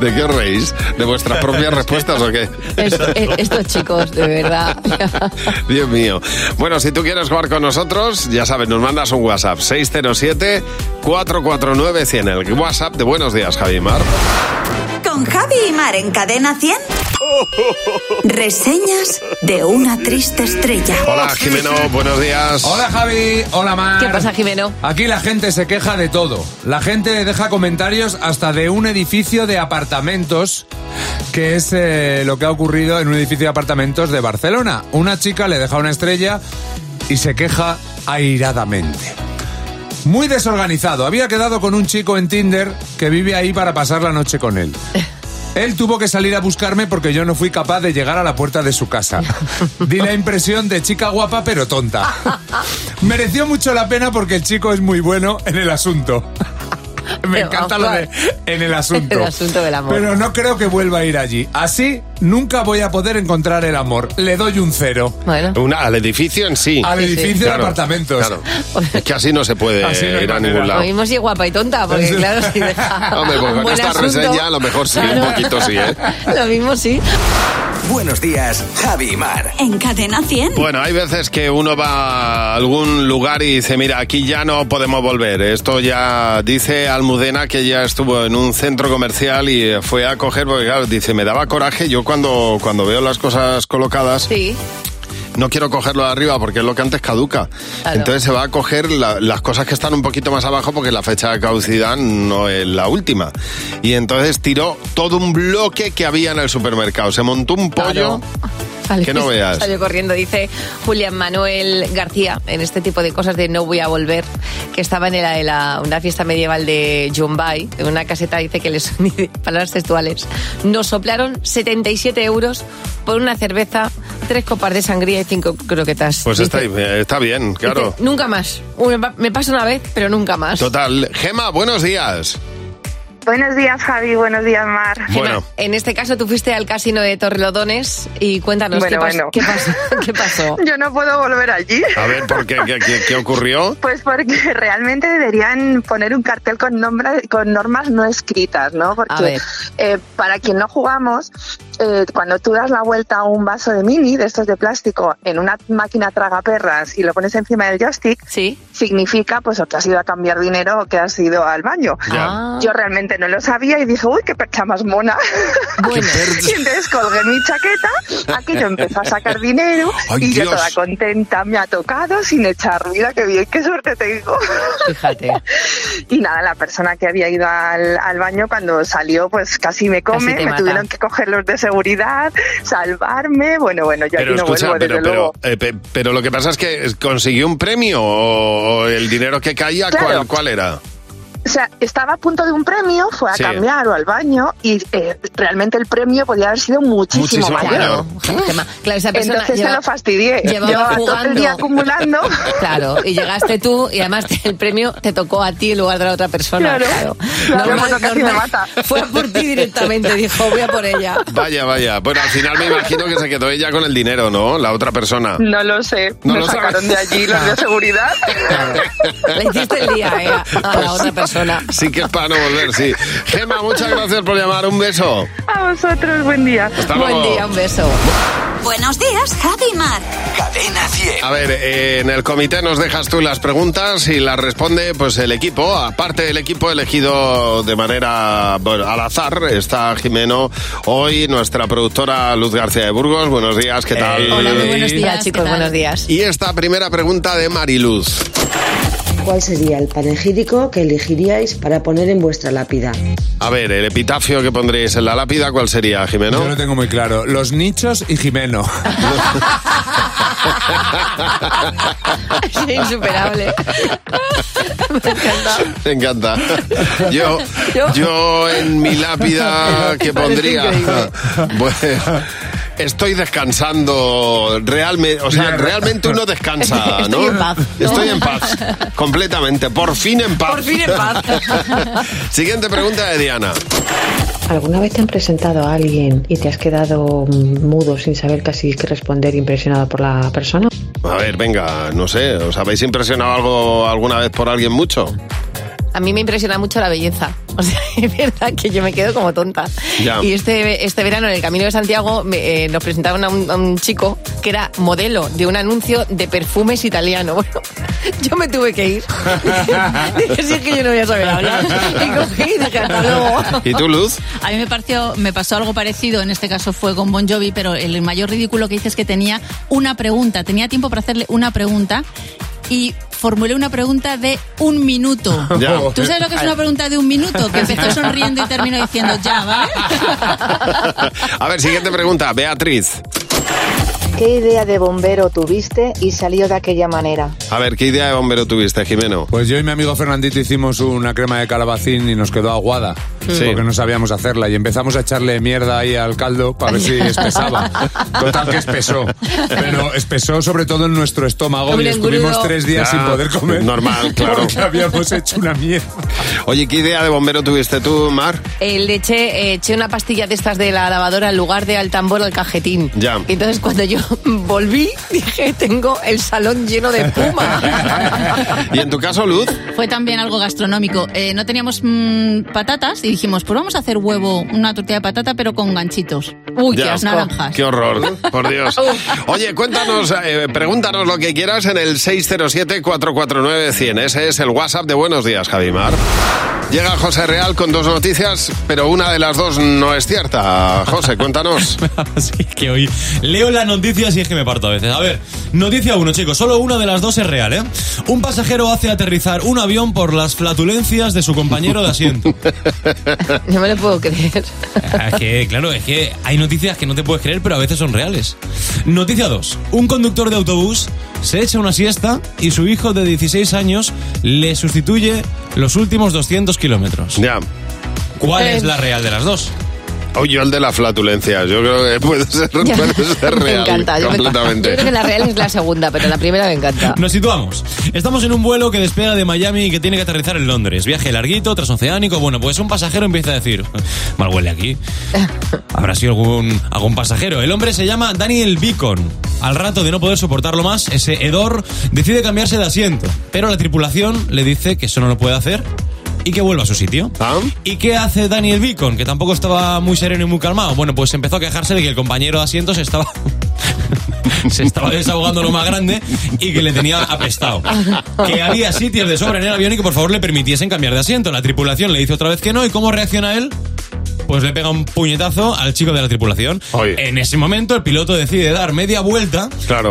S2: ¿De qué os reís? ¿De vuestras propias respuestas o qué?
S3: [LAUGHS] [LAUGHS] Es- eh, estos chicos, de verdad.
S2: [LAUGHS]
S3: [LAUGHS]
S2: Dios mío. Bueno, si tú quieres jugar con nosotros, ya sabes, nos mandas un WhatsApp 607-449-100. El WhatsApp de Buenos Días, Javimar.
S14: Con Javi y Mar en Cadena 100.
S24: Reseñas de una triste estrella.
S2: Hola, Jimeno, buenos días.
S21: Oh, Hola Javi, hola Mar.
S3: ¿Qué pasa, Jimeno?
S21: Aquí la gente se queja de todo. La gente deja comentarios hasta de un edificio de apartamentos, que es eh, lo que ha ocurrido en un edificio de apartamentos de Barcelona. Una chica le deja una estrella y se queja airadamente. Muy desorganizado. Había quedado con un chico en Tinder que vive ahí para pasar la noche con él. Él tuvo que salir a buscarme porque yo no fui capaz de llegar a la puerta de su casa. Di la impresión de chica guapa pero tonta. Mereció mucho la pena porque el chico es muy bueno en el asunto. [LAUGHS] Me
S3: Pero
S21: encanta lo de
S3: vamos.
S21: en el asunto.
S3: [LAUGHS] El asunto del amor.
S21: Pero no creo que vuelva a ir allí. Así nunca voy a poder encontrar el amor. Le doy un cero.
S3: Bueno.
S2: Una, al edificio en sí.
S21: Al Sí, sí. edificio de apartamentos.
S3: [LAUGHS]
S2: Claro. Es que así no se puede
S21: Así no hay
S2: ir a
S21: manera.
S2: ningún lado.
S3: Lo mismo si es guapa y
S2: [LAUGHS]
S3: tonta, porque claro, si deja.
S2: Hombre, pues
S3: un
S2: con
S3: buen
S2: esta
S3: asunto-
S2: reseña a lo mejor sí, un
S3: Claro.
S2: poquito sí, ¿eh?
S3: Lo mismo sí.
S23: Buenos días, Javi y Mar.
S24: En Cadena 100.
S2: Bueno, hay veces que uno va a algún lugar y dice, mira, aquí ya no podemos volver. Esto ya dice Almudena que ya estuvo en un centro comercial y fue a coger, porque claro, dice, me daba coraje. Yo cuando, cuando veo las cosas colocadas, no quiero cogerlo de arriba porque es lo que antes caduca.
S3: Claro.
S2: Entonces se va a coger la- las cosas que están un poquito más abajo porque la fecha de caducidad no es la última. Y entonces tiró todo un bloque que había en el supermercado. Se montó un pollo.
S3: Salió-
S2: Que no veas.
S3: Salió corriendo, dice Julián Manuel García, en este tipo de cosas de No voy a volver, que estaba en, la- en la- una fiesta medieval de Yumbai, en una caseta, dice que les, ni de [LAUGHS] palabras textuales, nos soplaron 77 euros por una cerveza, tres copas de sangría y cinco croquetas.
S2: Pues
S3: Dice-
S2: está, está bien,
S3: dice,
S2: claro.
S3: nunca más. Una- Me pasa una vez, pero nunca más.
S2: Total. Gema, buenos días.
S25: Buenos días, Javi. Buenos días, Mar.
S2: Bueno,
S3: En este caso, tú fuiste al casino de Torrelodones y cuéntanos
S25: Bueno,
S3: qué, pas- [LAUGHS]
S25: bueno.
S3: qué pasó. ¿Qué pasó?
S25: [LAUGHS] Yo no puedo volver allí.
S2: a ver, ¿por qué? ¿Qué, qué- qué ocurrió?
S25: Pues porque [LAUGHS] realmente deberían poner un cartel con, nombre, con normas no escritas, ¿no?
S3: A
S25: Porque
S3: ver.
S25: eh, para quien no jugamos, eh, cuando tú das la vuelta a un vaso de mini, de estos de plástico, en una máquina tragaperras y lo pones encima del joystick, significa pues o que has ido a cambiar dinero o que has ido al baño.
S2: Ya. Ah.
S25: Yo realmente no lo sabía y dije, uy, qué percha más mona. [LAUGHS] y [LAUGHS] entonces colgué mi chaqueta, aquello empezó a sacar dinero
S2: [LAUGHS] Ay,
S25: y yo
S2: Dios.
S25: toda contenta me ha tocado sin echar ruido, qué bien, qué suerte tengo.
S3: Fíjate.
S25: [LAUGHS] y nada, la persona que había ido al, al baño cuando salió pues casi me come,
S3: te
S25: me
S3: mata.
S25: tuvieron que coger los de seguridad, salvarme, bueno, bueno, yo
S2: Pero
S25: aquí no
S2: escucha,
S25: vuelvo,
S2: pero,
S25: desde luego.
S2: pero, eh, pe- pero lo que pasa es que consiguió un premio o o el dinero que caía,
S25: Claro.
S2: ¿cuál, cuál era?
S25: O sea, estaba a punto de un premio, fue a
S2: Sí.
S25: cambiar o al baño y eh, realmente el premio podía haber sido muchísimo,
S2: Muchísimo
S25: mayor.
S3: Tema. Claro, esa persona
S25: Entonces
S3: lleva-
S25: se lo fastidié.
S3: Llevaba
S25: Llevaba todo
S3: jugando.
S25: el día acumulando.
S3: [LAUGHS] Claro, y llegaste tú y además te- el premio te tocó a ti en lugar de la otra persona.
S25: Claro.
S3: Claro,
S25: Claro,
S3: Normal,
S25: bueno, casi me
S3: normal. Fue a por ti directamente, dijo, voy a por ella.
S2: Vaya, vaya. Bueno, al final me imagino que se quedó ella con el dinero, ¿no? La otra persona.
S25: No lo sé,
S2: No
S25: me
S2: lo
S25: sacaron
S2: sabes.
S25: de allí los de seguridad.
S3: Le hiciste el día eh, a, a la otra persona.
S2: [LAUGHS] Sí que es para no volver, sí. Gema, muchas gracias por llamar. Un beso.
S9: A vosotros, buen día.
S2: Hasta Buen luego. día,
S3: un beso.
S24: Buenos días, Javi y Mar.
S23: Cadena 100.
S2: A ver, eh, en el comité nos dejas tú las preguntas y las responde pues el equipo. Aparte del equipo elegido de manera bueno, al azar, está Jimeno hoy, nuestra productora Luz García de Burgos. Buenos días, ¿qué tal?
S3: Eh,
S2: Eh,
S3: Hola, chicos,
S25: [LAUGHS]
S3: buenos días.
S2: Y esta primera pregunta de Mariluz.
S6: ¿Cuál sería el panegírico que elegiríais para poner en vuestra lápida?
S2: A ver, el epitafio que pondréis en la lápida, ¿cuál sería, Jimeno?
S21: Yo lo tengo muy claro. Los nichos y Jimeno.
S3: [LAUGHS] Es insuperable. [LAUGHS] Me encanta.
S2: Me
S3: [LAUGHS]
S2: encanta. Yo, yo en mi [LAUGHS]
S3: [LAUGHS]
S2: lápida que pondría. [LAUGHS] Pues, estoy descansando realmente. O sea, realmente uno descansa, ¿no?
S3: [LAUGHS] Estoy en paz.
S2: Estoy en paz. Completamente. Por fin en paz.
S3: Por fin en paz.
S2: [LAUGHS] Siguiente pregunta de Diana.
S7: ¿Alguna vez te han presentado a alguien y te has quedado mm, mudo sin saber casi qué responder, impresionado por la persona?
S2: A ver, venga, no sé, ¿os habéis impresionado algo alguna vez por alguien mucho? [LAUGHS]
S3: A mí me impresiona mucho la belleza. [LAUGHS] O sea, es verdad que yo me quedo como tonta.
S2: Ya.
S3: Y este, este verano en el Camino de Santiago me, eh, nos presentaban a un, a un chico que era modelo de un anuncio de perfumes italiano. [LAUGHS] Bueno, yo me tuve que ir. Dije, si es que yo no voy a saber hablar. Y cogí y dije, hasta luego.
S2: ¿Y tú, Luz?
S8: A mí me pareció, me pasó algo parecido, en este caso fue con Bon Jovi, pero el mayor ridículo que hice es que tenía una pregunta, tenía tiempo para hacerle una pregunta y formulé una pregunta de un minuto.
S2: Ya.
S8: [LAUGHS] ¿Tú sabes lo que es una pregunta de un minuto? Que empezó sonriendo y terminó diciendo ya, ¿vale?
S2: A ver, siguiente pregunta, Beatriz.
S6: ¿Qué idea de bombero tuviste y salió de aquella manera?
S2: A ver, ¿qué idea de bombero tuviste, Jimeno?
S21: Pues yo y mi amigo Fernandito hicimos una crema de calabacín y nos quedó aguada
S2: Sí.
S21: porque no sabíamos hacerla y empezamos a echarle mierda ahí al caldo para ver si
S3: [LAUGHS]
S21: espesaba. Total que espesó, pero espesó sobre todo en nuestro estómago y
S3: Doble
S21: estuvimos
S3: engrudo.
S21: tres días
S2: Ya,
S21: sin poder comer.
S2: Ah, normal, claro.
S21: [LAUGHS] Porque habíamos hecho una mierda.
S2: Oye, ¿qué idea de bombero tuviste tú, Mar?
S3: Eh, le eché, eh, eché una pastilla de estas de la lavadora en lugar de al tambor al cajetín.
S21: [LAUGHS]
S2: Ya.
S3: Y Entonces cuando yo [LAUGHS] volví dije, tengo el salón lleno de
S2: [LAUGHS]
S3: espuma.
S2: ¿Y en tu caso, Luz?
S8: Fue también algo gastronómico. Eh, no teníamos mm, patatas y dijimos, pues vamos a hacer huevo, una tortilla de patata, pero con ganchitos. Uy,
S2: Ya.
S8: naranjas.
S2: Qué horror, por
S3: [LAUGHS]
S2: Dios. Oye, cuéntanos, eh, pregúntanos lo que quieras en el 607-449-100. Ese es el WhatsApp de Buenos Días, Javimar. Llega José Real con dos noticias, pero una de las dos no es cierta. José,
S5: [LAUGHS]
S2: cuéntanos.
S5: Así que hoy leo las noticias y es que me parto a veces. A ver, noticia 1, chicos. Solo una de las dos es real, ¿eh? Un pasajero hace aterrizar un avión por las flatulencias de su compañero de asiento.
S3: No me lo puedo creer.
S5: [LAUGHS] Es que, claro, es que hay noticias que no te puedes creer, pero a veces son reales. Noticia 2. Un conductor de autobús se echa una siesta y su hijo de 16 años le sustituye los últimos 200 kilómetros.
S2: Ya.
S5: ¿Cuál
S2: Eh.
S5: es la real de las dos?
S2: Oye, yo el de la flatulencia. Yo creo que puede ser, puede ser
S3: [LAUGHS] me
S2: real.
S3: encanta. Yo, me-
S2: completamente.
S3: yo creo que la real es la segunda, pero la primera me encanta.
S5: Nos situamos. Estamos en un vuelo que despega de Miami y que tiene que aterrizar en Londres. Viaje larguito, transoceánico. Bueno, pues un pasajero empieza a decir: [LAUGHS] Mal huele aquí. Habrá sido algún, algún pasajero. El hombre se llama Daniel Beacon. Al rato de no poder soportarlo más, ese hedor decide cambiarse de asiento. Pero la tripulación le dice que eso no lo puede hacer. Y que vuelva a su sitio. ¿Y qué hace Daniel Beacon? Que tampoco estaba muy sereno y muy calmado. Bueno, pues empezó a quejarse de que el compañero de asiento se estaba [LAUGHS] se estaba desahogando lo más grande y que le tenía apestado. Que había sitios de sobra en el avión y que por favor le permitiesen cambiar de asiento. La tripulación le dice otra vez que no. ¿Y cómo reacciona él? Pues le pega un puñetazo al chico de la tripulación. En ese momento el piloto decide dar media vuelta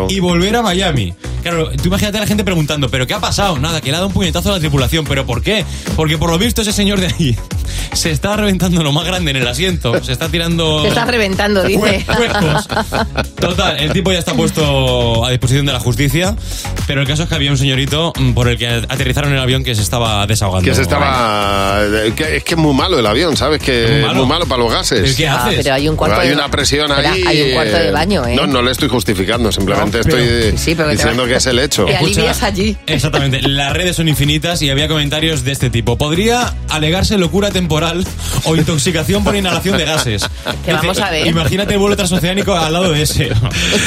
S5: y volver a Miami. Claro, tú imagínate a la gente preguntando, ¿pero qué ha pasado? Nada, que le ha dado un puñetazo a la tripulación. ¿Pero por qué? Porque por lo visto ese señor de ahí [LAUGHS] se está reventando lo más grande en el asiento. Se está tirando...
S3: Te estás reventando, dice. [LAUGHS]
S5: Total, el tipo ya está puesto a disposición de la justicia, pero el caso es que había un señorito mm, por el que aterrizaron el avión que se estaba desahogando.
S2: Que se estaba. que- es que es muy malo el avión, ¿sabes? Que es muy malo, para los gases.
S5: ¿Y qué
S3: Ah, haces? pero hay un cuarto
S2: Hay
S3: de-
S2: una presión
S3: Espera,
S2: ahí.
S3: hay un cuarto de
S2: eh,
S3: baño, ¿eh?
S2: No, no le estoy justificando, simplemente
S5: No, pero-
S2: estoy
S5: Sí, sí, pero que te
S2: diciendo
S5: va-
S2: que es el hecho.
S3: Te alivias allí.
S5: Exactamente, las redes son infinitas y había comentarios de este tipo. Podría alegarse locura temporal o intoxicación por inhalación de gases.
S3: Que
S5: Dice,
S3: vamos a ver.
S5: Imagínate el vuelo transoceánico al lado de ese.
S3: Es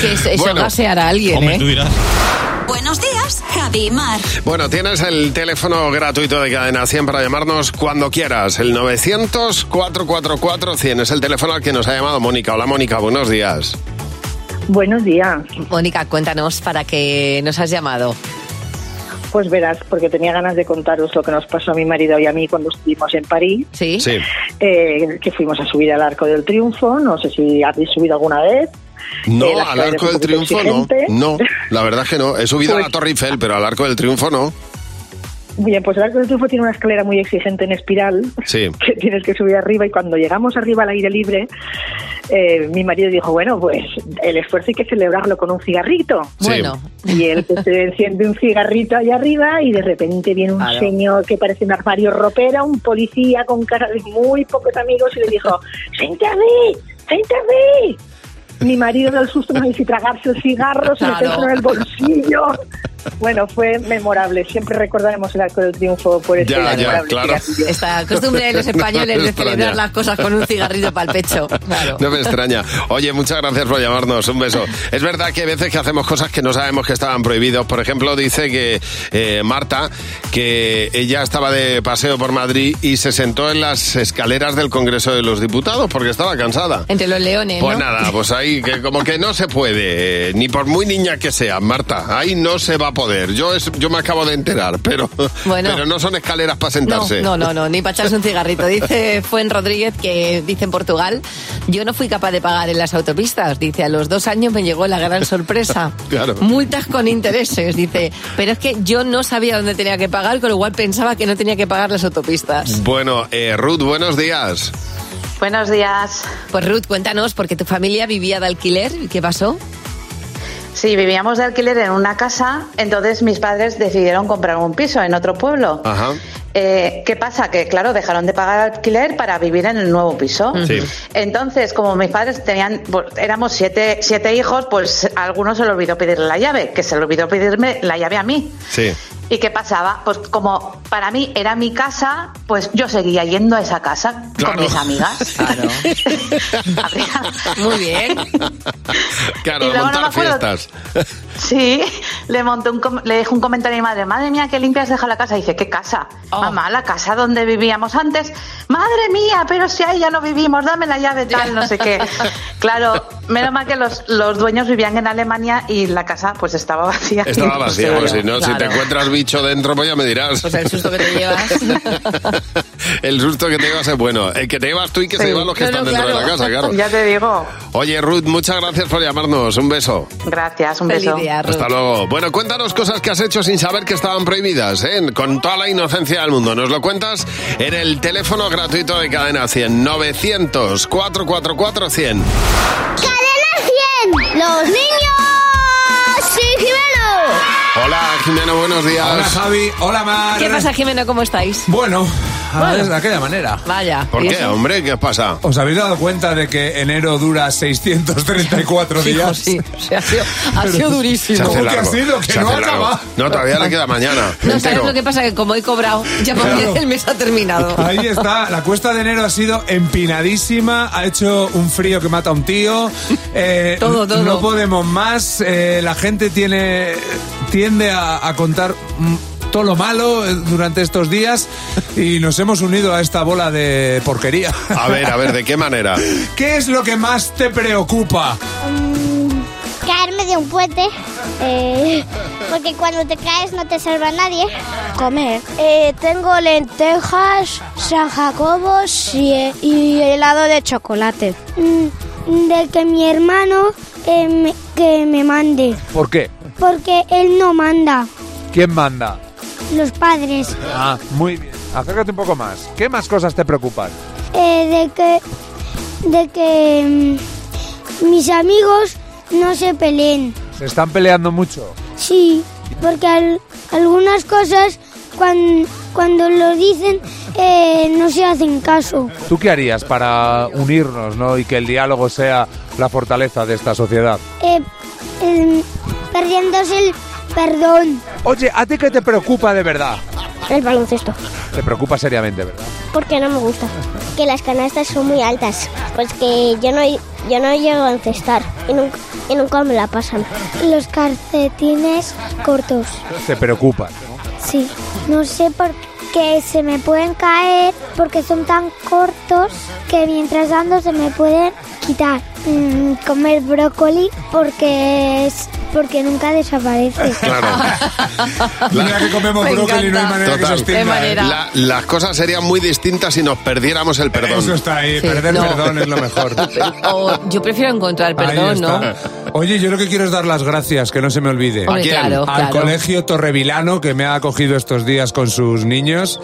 S3: que eso
S5: Bueno.
S3: gaseará a alguien,
S5: Hombre,
S3: ¿eh?
S5: tú dirás.
S24: Buenos días, Escuchas Javi y Mar.
S2: Bueno, tienes el teléfono gratuito de Cadena 100 para llamarnos cuando quieras. El 900-444-100 es el teléfono al que nos ha llamado Mónica. Hola Mónica, buenos días.
S3: Buenos días. Mónica, cuéntanos para qué nos has llamado.
S10: Pues verás, porque tenía ganas de contaros lo que nos pasó a mi marido y a mí cuando estuvimos en París.
S3: Sí.
S2: Sí.
S10: Eh, que fuimos a subir al Arco del Triunfo. No sé si habéis subido alguna vez.
S2: No,
S10: Eh, las
S2: al Arco
S10: calles un
S2: del
S10: poquito
S2: Triunfo no.
S10: exigentes.
S2: No, la verdad es que no. He subido a la Torre Eiffel, pero al Arco del Triunfo no.
S10: Bien, pues el Arco del Triunfo tiene una escalera muy exigente en espiral
S2: Sí.
S10: que tienes que subir arriba y cuando llegamos arriba al aire libre, eh, mi marido dijo, bueno, pues el esfuerzo hay que celebrarlo con un cigarrito.
S3: Sí. Bueno.
S10: Y él pues, se enciende un cigarrito allá arriba y de repente viene un
S3: Claro.
S10: señor que parece un armario ropera, un policía con cara de muy pocos amigos y le dijo, ¡Vente a mí! ¡Vente a mí! Mi marido del susto no sé si tragarse el cigarro, se
S3: Claro.
S10: meterlo en el bolsillo. Bueno, fue memorable. Siempre recordaremos el Arco del Triunfo por ese
S2: Ya, ya,
S10: memorable
S2: claro.
S10: cigarrillo.
S3: Esta costumbre
S2: [LAUGHS]
S3: de los españoles
S2: No me
S3: de celebrar
S2: extraña.
S3: las cosas con un cigarrito para el pecho. Claro.
S2: No me extraña. Oye, muchas gracias por llamarnos. Un beso. Es verdad que hay veces que hacemos cosas que no sabemos que estaban prohibidos. Por ejemplo, dice que eh, Marta, que ella estaba de paseo por Madrid y se sentó en las escaleras del Congreso de los Diputados porque estaba cansada.
S3: Entre los leones,
S2: Pues
S3: Eh, ¿no?
S2: nada, pues ahí que como que no se puede, eh, ni por muy niña que sea, Marta, ahí no se va a poder. Yo es, yo me acabo de enterar, pero,
S3: Bueno.
S2: pero no son escaleras para
S3: No,
S2: sentarse.
S3: no, no, no, ni para echarse un cigarrito. Dice Fuen Rodríguez que dice en Portugal, yo no fui capaz de pagar en las autopistas. Dice, a los dos años me llegó la gran sorpresa.
S2: [LAUGHS] Claro.
S3: Multas con intereses, dice. Pero es que yo no sabía dónde tenía que pagar, con lo cual pensaba que no tenía que pagar las autopistas.
S2: Bueno, eh, Ruth, buenos días.
S3: Buenos días. Pues Ruth, cuéntanos, porque tu familia vivía de alquiler, ¿qué pasó?
S10: Sí, vivíamos de alquiler en una casa, entonces mis padres decidieron comprar un piso en otro pueblo.
S2: Ajá.
S10: Eh, ¿Qué pasa? Que claro, dejaron de pagar alquiler para vivir en el nuevo piso.
S11: Sí.
S10: Entonces, como mis padres tenían, pues, éramos siete, siete hijos, pues a alguno se le olvidó pedirle la llave, que se le olvidó pedirme la llave a mí.
S2: Sí.
S10: ¿Y qué pasaba? Pues como para mí era mi casa, pues yo seguía yendo a esa casa
S2: Claro.
S10: con mis amigas. [LAUGHS]
S3: Claro. Muy bien.
S10: Y
S2: Claro,
S10: luego no
S2: montar
S10: me acuerdo-
S2: fiestas. [LAUGHS]
S10: Sí, le monté un com- le dejé un comentario a mi madre, madre mía, qué limpia has dejado la casa. Y dice, ¿qué casa? Mamá, la casa donde vivíamos antes. Madre mía, pero si ahí ya no vivimos, dame la llave tal, no sé qué. Claro, menos mal que los, los dueños vivían en Alemania y la casa pues estaba vacía.
S2: Estaba vacía,
S10: Claro,
S2: pues si no, si te
S10: claro.
S2: encuentras bicho dentro, pues ya me dirás.
S3: Pues el susto que te llevas.
S2: [LAUGHS] El susto que te llevas es bueno. El que te llevas tú y que se
S10: Sí.
S2: llevan los que
S10: No,
S2: están
S10: no,
S2: dentro de
S10: claro.
S2: la casa, claro.
S10: Ya te digo.
S2: Oye, Ruth, muchas gracias por llamarnos. Un beso.
S10: [LAUGHS] Gracias, un beso.
S2: Hasta luego. Bueno, cuéntanos cosas que has hecho sin saber que estaban prohibidas, ¿eh? con toda la inocencia del mundo. Nos lo cuentas en el teléfono gratuito de Cadena 100, 900 444 100.
S12: ¡Cadena 100! ¡Los niños! ¡Sí,
S2: Hola, Jimeno, buenos días.
S21: Hola Javi, hola Mar.
S3: ¿Qué pasa, Jimeno? ¿Cómo estáis?
S21: Bueno, ah,
S3: Bueno.
S21: de aquella manera.
S3: Vaya.
S2: ¿Por
S3: ¿y
S2: qué,
S3: eso?
S2: hombre? ¿Qué os pasa?
S21: ¿Os habéis dado cuenta de que enero dura 634 días?
S3: Sí, ha sido, ha sido durísimo.
S2: Se hace
S21: ¿Cómo que ha
S2: largo,
S21: sido? Que
S2: se
S21: no
S2: hace
S21: acaba.
S2: largo. No, todavía le queda mañana.
S3: No, ¿sabes
S21: entero.
S3: lo que pasa? Que como he cobrado, ya para mí el mes ha terminado.
S21: Ahí está, la cuesta de enero ha sido empinadísima, ha hecho un frío que mata a un tío. eh,
S3: [LAUGHS] Todo, todo.
S21: No podemos más, eh, la gente tiene tiende a, a contar mm, todo lo malo eh, durante estos días y nos hemos unido a esta bola de porquería.
S2: A ver, a ver, ¿de qué manera?
S21: [LAUGHS] ¿Qué es lo que más te preocupa?
S12: Mm, Caerme de un puente. eh, porque cuando te caes no te salva nadie. Comer. tengo lentejas, San Jacobos y, eh, y helado de chocolate. de Mm, que mi hermano que me mande.
S21: ¿Por qué?
S12: Porque él no manda.
S21: ¿Quién manda?
S12: Los padres.
S21: Ah, muy bien. Acércate un poco más. ¿Qué más cosas te preocupan?
S12: Eh, de que de que mm, mis amigos no se peleen.
S21: ¿Se están peleando mucho?
S12: Sí, porque al- algunas cosas cuan- cuando lo dicen eh, no se hacen caso.
S21: ¿Tú qué harías para unirnos ¿no? y que el diálogo sea la fortaleza de esta sociedad?
S12: Eh, em, perdiéndose el perdón.
S21: Oye, ¿a ti qué te preocupa de verdad?
S12: El baloncesto.
S21: Te preocupa seriamente, ¿verdad?
S12: porque no me gusta. Que las canastas son muy altas, pues que yo no, yo no llego a encestar y nunca, y nunca me la pasan. Los calcetines cortos,
S21: Te preocupa.
S12: sí. No sé por qué se me pueden caer porque son tan cortos que mientras ando se me pueden quitar. Mm, comer brócoli porque es porque nunca desaparece.
S21: [LAUGHS] Mira que comemos
S12: Me
S21: brócoli, no hay
S12: encanta.
S21: manera que
S2: Total.
S21: sostenga. ¿eh?
S2: La- las cosas serían muy distintas si nos perdiéramos el perdón.
S21: Eso está ahí,
S3: Sí, perder no. perdón [LAUGHS]
S21: es lo mejor.
S3: O yo prefiero encontrar
S21: Ahí
S3: perdón, ¿no?
S21: está. Oye, yo lo que quiero es dar las gracias, que no se me olvide.
S3: Hombre, ¿A quién? claro,
S21: Al
S3: claro.
S21: colegio Torrevilano, que me ha acogido estos días con sus niños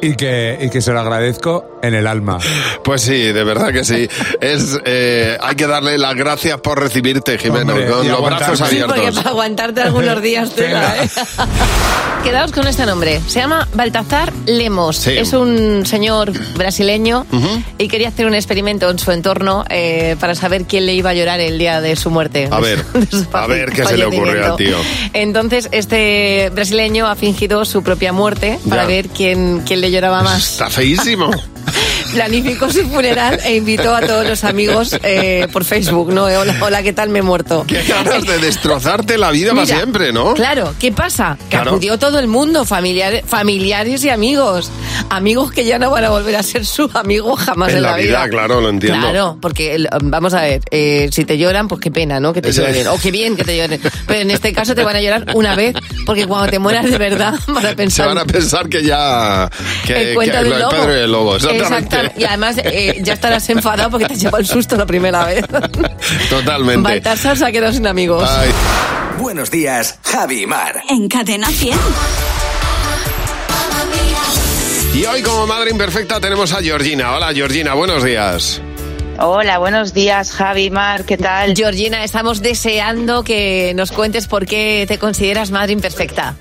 S21: y que, y que se lo agradezco en el alma.
S2: [LAUGHS] Pues sí, de verdad que sí. Es, eh, hay que darle las gracias por recibirte, Jimeno,
S21: Hombre,
S2: con
S21: y
S2: los
S21: aguantarme.
S2: brazos
S3: Sí, porque
S2: abiertos.
S3: para aguantarte algunos días tela, ¿eh? [LAUGHS] Quedaos con este nombre. Se llama Baltazar Lemos.
S2: Sí.
S3: Es un señor brasileño
S2: Ujú.
S3: y quería hacer un experimento en su entorno eh, para saber quién le iba a llorar el día de su muerte.
S2: A ver, a ver qué se le ocurrió al tío.
S3: fallecimiento. [LAUGHS] Entonces, este brasileño ha fingido su propia muerte para
S2: Ya.
S3: ver quién, quién le
S2: [LAUGHS]
S3: lloraba más
S2: Está
S3: [LAUGHS]
S2: feísimo.
S3: planificó su funeral e invitó a todos los amigos eh, por Facebook, ¿no? Eh, Hola, hola, ¿qué tal? Me he muerto.
S2: Qué ganas de destrozarte la vida para
S3: Mira,
S2: siempre, ¿no?
S3: Claro, ¿qué pasa? Que
S2: Claro.
S3: acudió todo el mundo, familiares, familiares y amigos. Amigos que ya no van a volver a ser sus amigos jamás
S2: En
S3: en la,
S2: la vida, claro, lo entiendo.
S3: Claro, porque el- vamos a ver, eh, si te lloran, pues qué pena, ¿no? Que te
S2: Ese-
S3: lloren. O qué bien que te lloren. Pero en este caso te van a llorar una vez, porque cuando te mueras de verdad, [LAUGHS] van a
S2: Se
S3: pensar.
S2: van a pensar que ya. Que,
S3: el cuento
S2: que
S3: del
S2: lo
S3: lobo.
S2: del Pedro y el lobo, exactamente.
S3: Exactam- Y además eh, ya estarás enfadado porque te has llevado el susto la primera vez.
S23: Totalmente.
S3: Baltasar se ha quedado sin amigos.
S23: Buenos días, Javi y Mar.
S24: En Cadena 100.
S2: Y hoy, como madre imperfecta, tenemos a Georgina. Hola, Georgina, buenos días.
S3: Hola, buenos días, Javi, Mar, ¿qué tal? Georgina, estamos deseando que nos cuentes por qué te consideras
S2: [LAUGHS]
S3: madre imperfecta.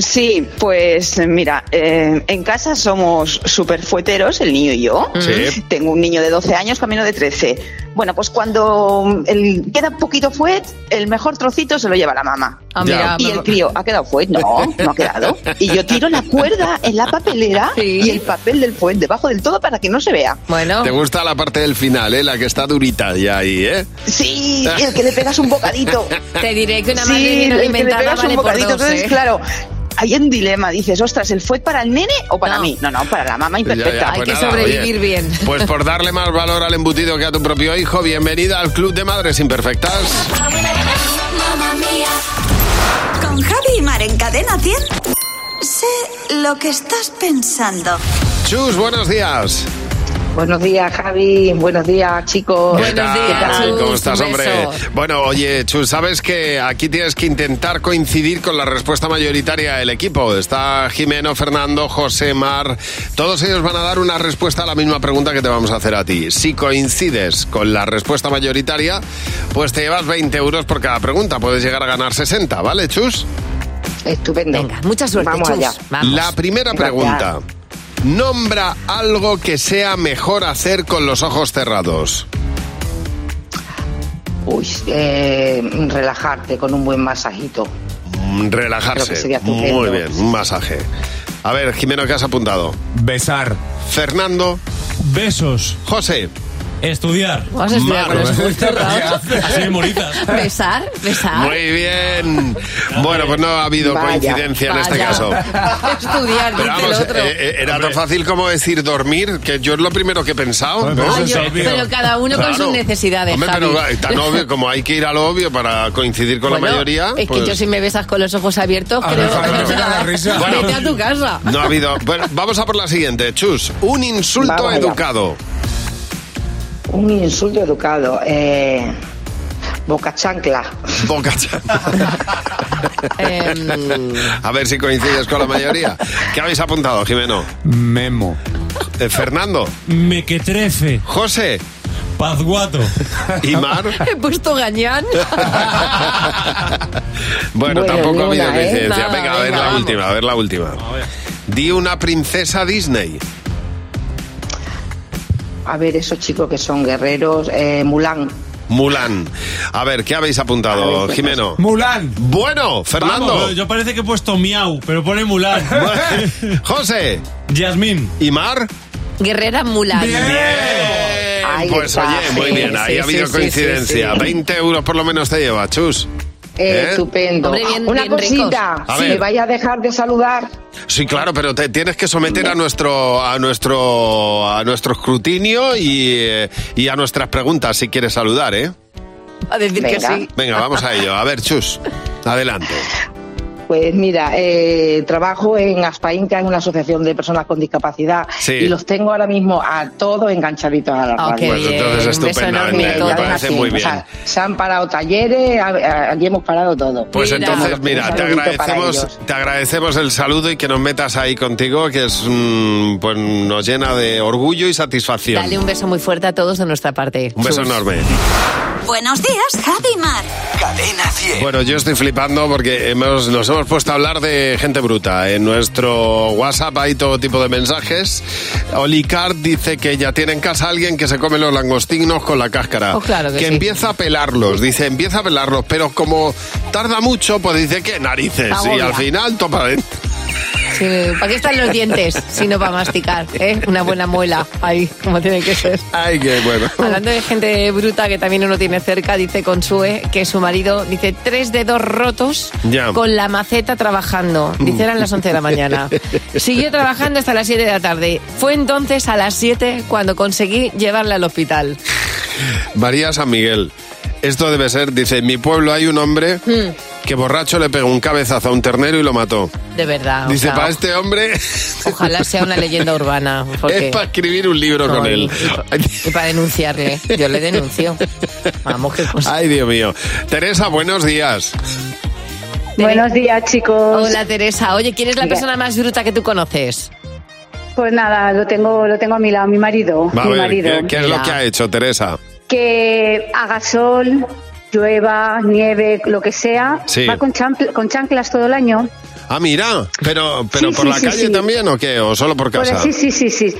S22: Sí, pues mira, eh, en casa somos súper fueteros, el niño y yo. Sí. Tengo un niño de 12 años, camino de 13. Bueno, pues cuando el- queda poquito fuet, el mejor trocito se lo lleva la mamá.
S3: Ah, mira,
S22: y
S3: me-
S22: el crío, ¿ha quedado fuet? No, no ha quedado. Y yo tiro la cuerda en la papelera y el papel del fuet debajo del todo para que no se vea.
S3: Bueno.
S2: ¿Te gusta la parte del final, eh? La que está durita ya ahí, eh.
S22: Sí, el que le pegas un bocadito.
S3: [LAUGHS] Te diré que una madre
S22: Sí,
S3: bien
S22: el que le
S3: alimentada
S22: pegas
S3: vale
S22: un
S3: por
S22: bocadito.
S3: dos,
S22: Entonces,
S3: ¿eh?
S22: claro, hay un dilema. Dices, ostras, ¿el fue para el nene o para mí? No, no, para la mamá imperfecta.
S2: Ya, ya, pues nada, oye, Pues por darle más valor al embutido que a tu propio hijo, bienvenida al Club de Madres Imperfectas.
S24: Con Javi y Mar en Cadena 100. Sé lo que estás pensando.
S2: Chus, buenos días.
S11: [LAUGHS] Buenos días, Javi. Buenos días, chicos.
S2: ¿Qué tal? ¿Cómo estás,
S11: Un
S2: hombre?
S11: beso.
S2: Bueno, oye, Chus, sabes que aquí tienes que intentar coincidir con la respuesta mayoritaria del equipo. Está Jimeno, Fernando, José, Mar. Todos ellos van a dar una respuesta a la misma pregunta que te vamos a hacer a ti. Si coincides con la respuesta mayoritaria, pues te llevas 20 euros por cada pregunta. Puedes llegar a ganar 60, ¿vale, Chus?
S11: Estupendo.
S3: Venga, mucha suerte,
S11: Vamos
S3: Chus.
S10: Pues,
S11: allá.
S3: Vamos.
S2: La primera pregunta. Nombra algo que sea mejor hacer con los ojos cerrados.
S11: Uy, eh, relajarte con un buen masajito.
S2: Mm, Relajarse.
S11: Creo que sería estupendo.
S2: Muy bien, un masaje. A ver, Jimeno, ¿qué has apuntado?
S21: Besar.
S2: Fernando.
S5: Besos.
S2: José.
S5: Estudiar.
S3: Vas a estudiar
S2: Mar.
S3: con los
S2: [LAUGHS]
S3: ojos cerrados.
S5: Así de moritas.
S3: Besar, besar.
S2: Muy bien. Bueno, pues no ha habido
S3: Vaya,
S2: coincidencia en este
S3: vaya.
S2: caso.
S3: Estudiar,
S2: Pero
S3: dice el
S2: vamos,
S3: otro.
S2: eh, eh, era tan fácil como decir dormir, que yo es lo primero que he pensado.
S3: pero eso es Ay, yo- obvio. pero cada uno con
S2: Claro.
S3: sus necesidades,
S2: Hombre, pero
S3: Javi.
S2: tan obvio como hay que ir a lo obvio para coincidir con la
S3: Bueno,
S2: mayoría.
S3: Es
S2: pues- Ah,
S3: que yo si me besas con los ojos abiertos, creo
S2: Bueno,
S3: Vete a tu casa.
S2: no ha habido. Bueno, vamos a por la siguiente. Chus, un insulto
S11: Vamos allá.
S2: educado.
S11: Un insulto educado. Eh, boca chancla.
S2: Boca [LAUGHS] A ver si coincides con la mayoría. ¿Qué habéis apuntado, Jimeno?
S21: Memo.
S2: Eh, Fernando.
S5: Mequetrefe.
S2: José. [LAUGHS]
S5: Pazguato.
S2: Y Mar.
S3: [LAUGHS] He puesto gañán.
S2: Bueno,
S3: Bueno,
S2: tampoco ha habido
S3: ninguna, ¿eh?
S2: coincidencia.
S3: Nada,
S2: venga, a ver
S3: venga,
S2: la
S3: vamos.
S2: última, a ver la última. Di una princesa Disney.
S11: A ver, esos chicos que son guerreros. Eh, Mulan.
S2: Mulan. A ver, ¿qué habéis apuntado,
S3: pues,
S2: Jimeno?
S21: Mulan.
S2: [LAUGHS] Bueno, Fernando.
S5: Vamos, yo
S2: [LAUGHS]
S5: parece que he puesto miau, pero pone Mulan.
S2: José.
S5: Yasmín.
S2: ¿Y Mar?
S3: Guerrera Mulan.
S2: Bien, pues
S3: Ah,
S2: oye, muy bien, ahí ha habido coincidencia. 20 euros por lo menos te lleva, chus.
S22: Eh,
S2: ¿Eh?
S22: Estupendo.
S2: Hombre, bien-
S22: Una
S2: bien
S22: cosita,
S2: ricos. A
S22: si
S2: ver.
S22: me vais a dejar de saludar,
S2: Sí, claro, pero te tienes que someter a nuestro a nuestro a nuestro escrutinio y, eh, y a nuestras preguntas si quieres saludar, ¿eh?
S3: A decir
S22: que Venga. sí.
S2: Venga, vamos a ello. A ver, chus. Adelante.
S22: Pues mira, eh, trabajo en Aspainca, en una asociación de personas con discapacidad,
S2: Sí.
S22: y los tengo ahora mismo a todos enganchaditos a la
S2: Ah,
S22: radio.
S2: qué Pues bien. entonces Un beso estupendamente, enorme a me todos. parece
S22: Así,
S2: muy
S22: o sea,
S2: bien.
S22: se han parado talleres, a- a- aquí hemos parado todo.
S2: Pues entonces,
S22: Un
S2: mira, te
S22: saludito para ellos.
S2: agradecemos, te agradecemos el saludo y que nos metas ahí contigo, que es mm, pues nos llena de orgullo y satisfacción.
S3: Dale un beso muy fuerte a todos de nuestra parte.
S2: Un beso enorme.
S24: Buenos días, Javi y Mar. Cadena 100.
S2: Bueno, yo estoy flipando porque hemos- nos hemos puesto a hablar de gente bruta. En nuestro WhatsApp hay todo tipo de mensajes. Olicard dice que ya tiene en casa a alguien que se come los langostinos con la cáscara.
S13: Oh, claro que sí.
S2: empieza a pelarlos, dice, empieza a pelarlos, pero como tarda mucho, pues dice que narices. Y
S3: Agobia.
S2: al final topa dentro.
S3: Sí, ¿Para qué están los dientes si no para masticar? ¿eh? Una buena muela ahí, como tiene que ser.
S2: Ay, qué bueno.
S3: Hablando de gente bruta que también uno tiene cerca, dice Consue que su marido dice tres dedos rotos
S15: Ya.
S3: con la maceta trabajando. Dice eran las 11 de
S12: [LAUGHS]
S3: la mañana. Siguió trabajando hasta las 7 de la tarde. Fue entonces a las 7 cuando conseguí llevarle al hospital.
S2: [LAUGHS] María San Miguel. Esto debe ser, dice, en mi pueblo hay un hombre
S13: Hmm.
S2: que borracho le pegó un cabezazo a un ternero y lo mató.
S3: De verdad. o
S2: Dice,
S3: sea,
S2: para este hombre
S3: Ojalá sea una leyenda urbana. porque-
S2: es para escribir un libro con
S3: No,
S2: él.
S3: Y para denunciarle. Yo le denuncio. Vamos, qué cosa.
S2: Ay, Dios mío. Teresa, buenos días.
S15: Buenos días, chicos.
S3: Hola, Teresa. Oye, ¿quién es la
S15: Mira.
S3: persona más bruta que tú conoces?
S15: Pues nada, lo tengo, lo tengo a mi lado, mi marido.
S2: Va a
S15: mi
S2: ver,
S15: marido.
S2: ¿qué, qué es lo que ha hecho Teresa?
S15: Que haga sol, llueva, nieve, lo que sea.
S2: Sí.
S15: Va con, champl- con chanclas todo el año.
S2: Ah, mira, pero, pero
S15: Sí,
S2: por
S15: sí,
S2: la
S15: sí,
S2: calle
S15: sí.
S2: también o qué, o solo por
S15: Por-
S2: casa.
S15: sí, sí, sí, sí.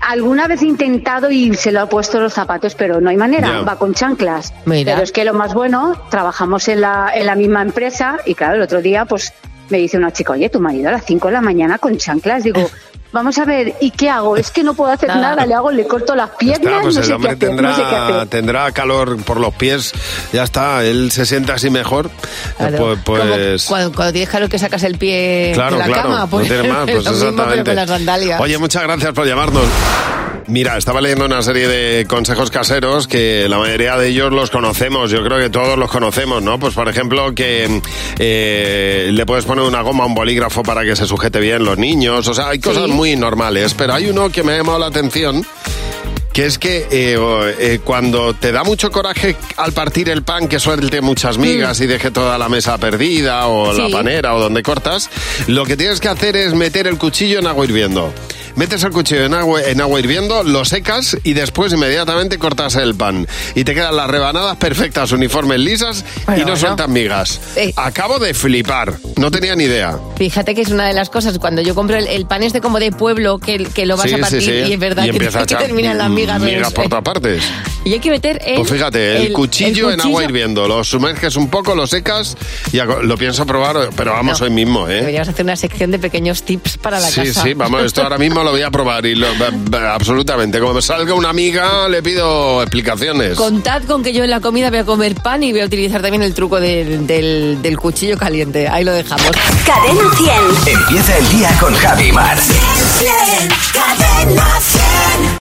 S15: Alguna vez he intentado y se lo ha puesto los zapatos, pero no hay manera,
S2: Ya.
S15: va con chanclas.
S3: Mira.
S15: Pero es que lo más bueno, trabajamos en la, en la misma empresa y claro, el otro día pues me dice una chica, oye, tu marido a las 5 de la mañana con chanclas. Digo, vamos a ver, ¿y qué hago? Es que no puedo hacer Nada. nada, le hago, le corto las piernas,
S2: Claro, pues
S15: no,
S2: el
S15: sé qué
S2: hombre
S15: hacer, no sé qué
S2: tendrá,
S15: hacer.
S2: tendrá calor por los pies, ya está, él se siente así mejor. Eh, Pues, pues-
S3: Cuando, cuando tienes calor que sacas el pie
S2: Claro,
S3: de la
S2: claro,
S3: cama,
S2: no tiene
S3: [LAUGHS]
S2: más, pues
S3: lo mismo, pero
S2: exactamente.
S3: con las sandalias.
S2: Oye, muchas gracias por llamarnos. Mira, estaba leyendo una serie de consejos caseros que la mayoría de ellos los conocemos, yo creo que todos los conocemos, ¿no? Pues por ejemplo que eh, le puedes poner una goma a un bolígrafo para que se sujete bien los niños, o sea, hay cosas muy normales, pero hay uno que me ha llamado la atención, que es que eh, o- eh, cuando te da mucho coraje al partir el pan que suelte muchas
S3: Mm.
S2: migas y deje toda la mesa perdida o la
S16: Sí.
S2: panera o donde cortas, lo que tienes que hacer es meter el cuchillo en agua hirviendo. Metes el cuchillo en agua, en agua hirviendo, lo secas y después inmediatamente cortas el pan. Y te quedan las rebanadas perfectas, uniformes lisas y no sueltan migas.
S3: Eh.
S2: Acabo de flipar, no tenía ni idea.
S3: Fíjate que es una de las cosas, cuando yo compro el, el pan este como de pueblo, que, que lo vas
S2: Sí,
S3: a
S2: sí,
S3: partir
S2: sí.
S3: y es verdad que,
S2: empieza a
S3: [LAUGHS] que
S2: echar
S3: terminan las migas. menos,
S2: Migas por
S3: eh.
S2: todas partes.
S3: [LAUGHS] Y hay que meter el...
S2: Pues fíjate, el, cuchillo en agua hirviendo, lo sumerges un poco, lo secas y aco- lo pienso probar, pero vamos hoy mismo, ¿eh?
S3: Deberíamos hacer una sección de pequeños tips para la
S2: Sí,
S3: casa.
S2: sí, vamos, esto ahora
S3: [LAUGHS]
S2: mismo lo voy a probar y lo- b- b- absolutamente. Como me salga una amiga, le pido explicaciones.
S3: Contad con que yo en la comida voy a comer pan y voy a utilizar también el truco del, del- del cuchillo caliente. Ahí lo dejamos.
S24: Cadena 100.
S23: Empieza el día con Javi Mar.
S24: Cadena 100.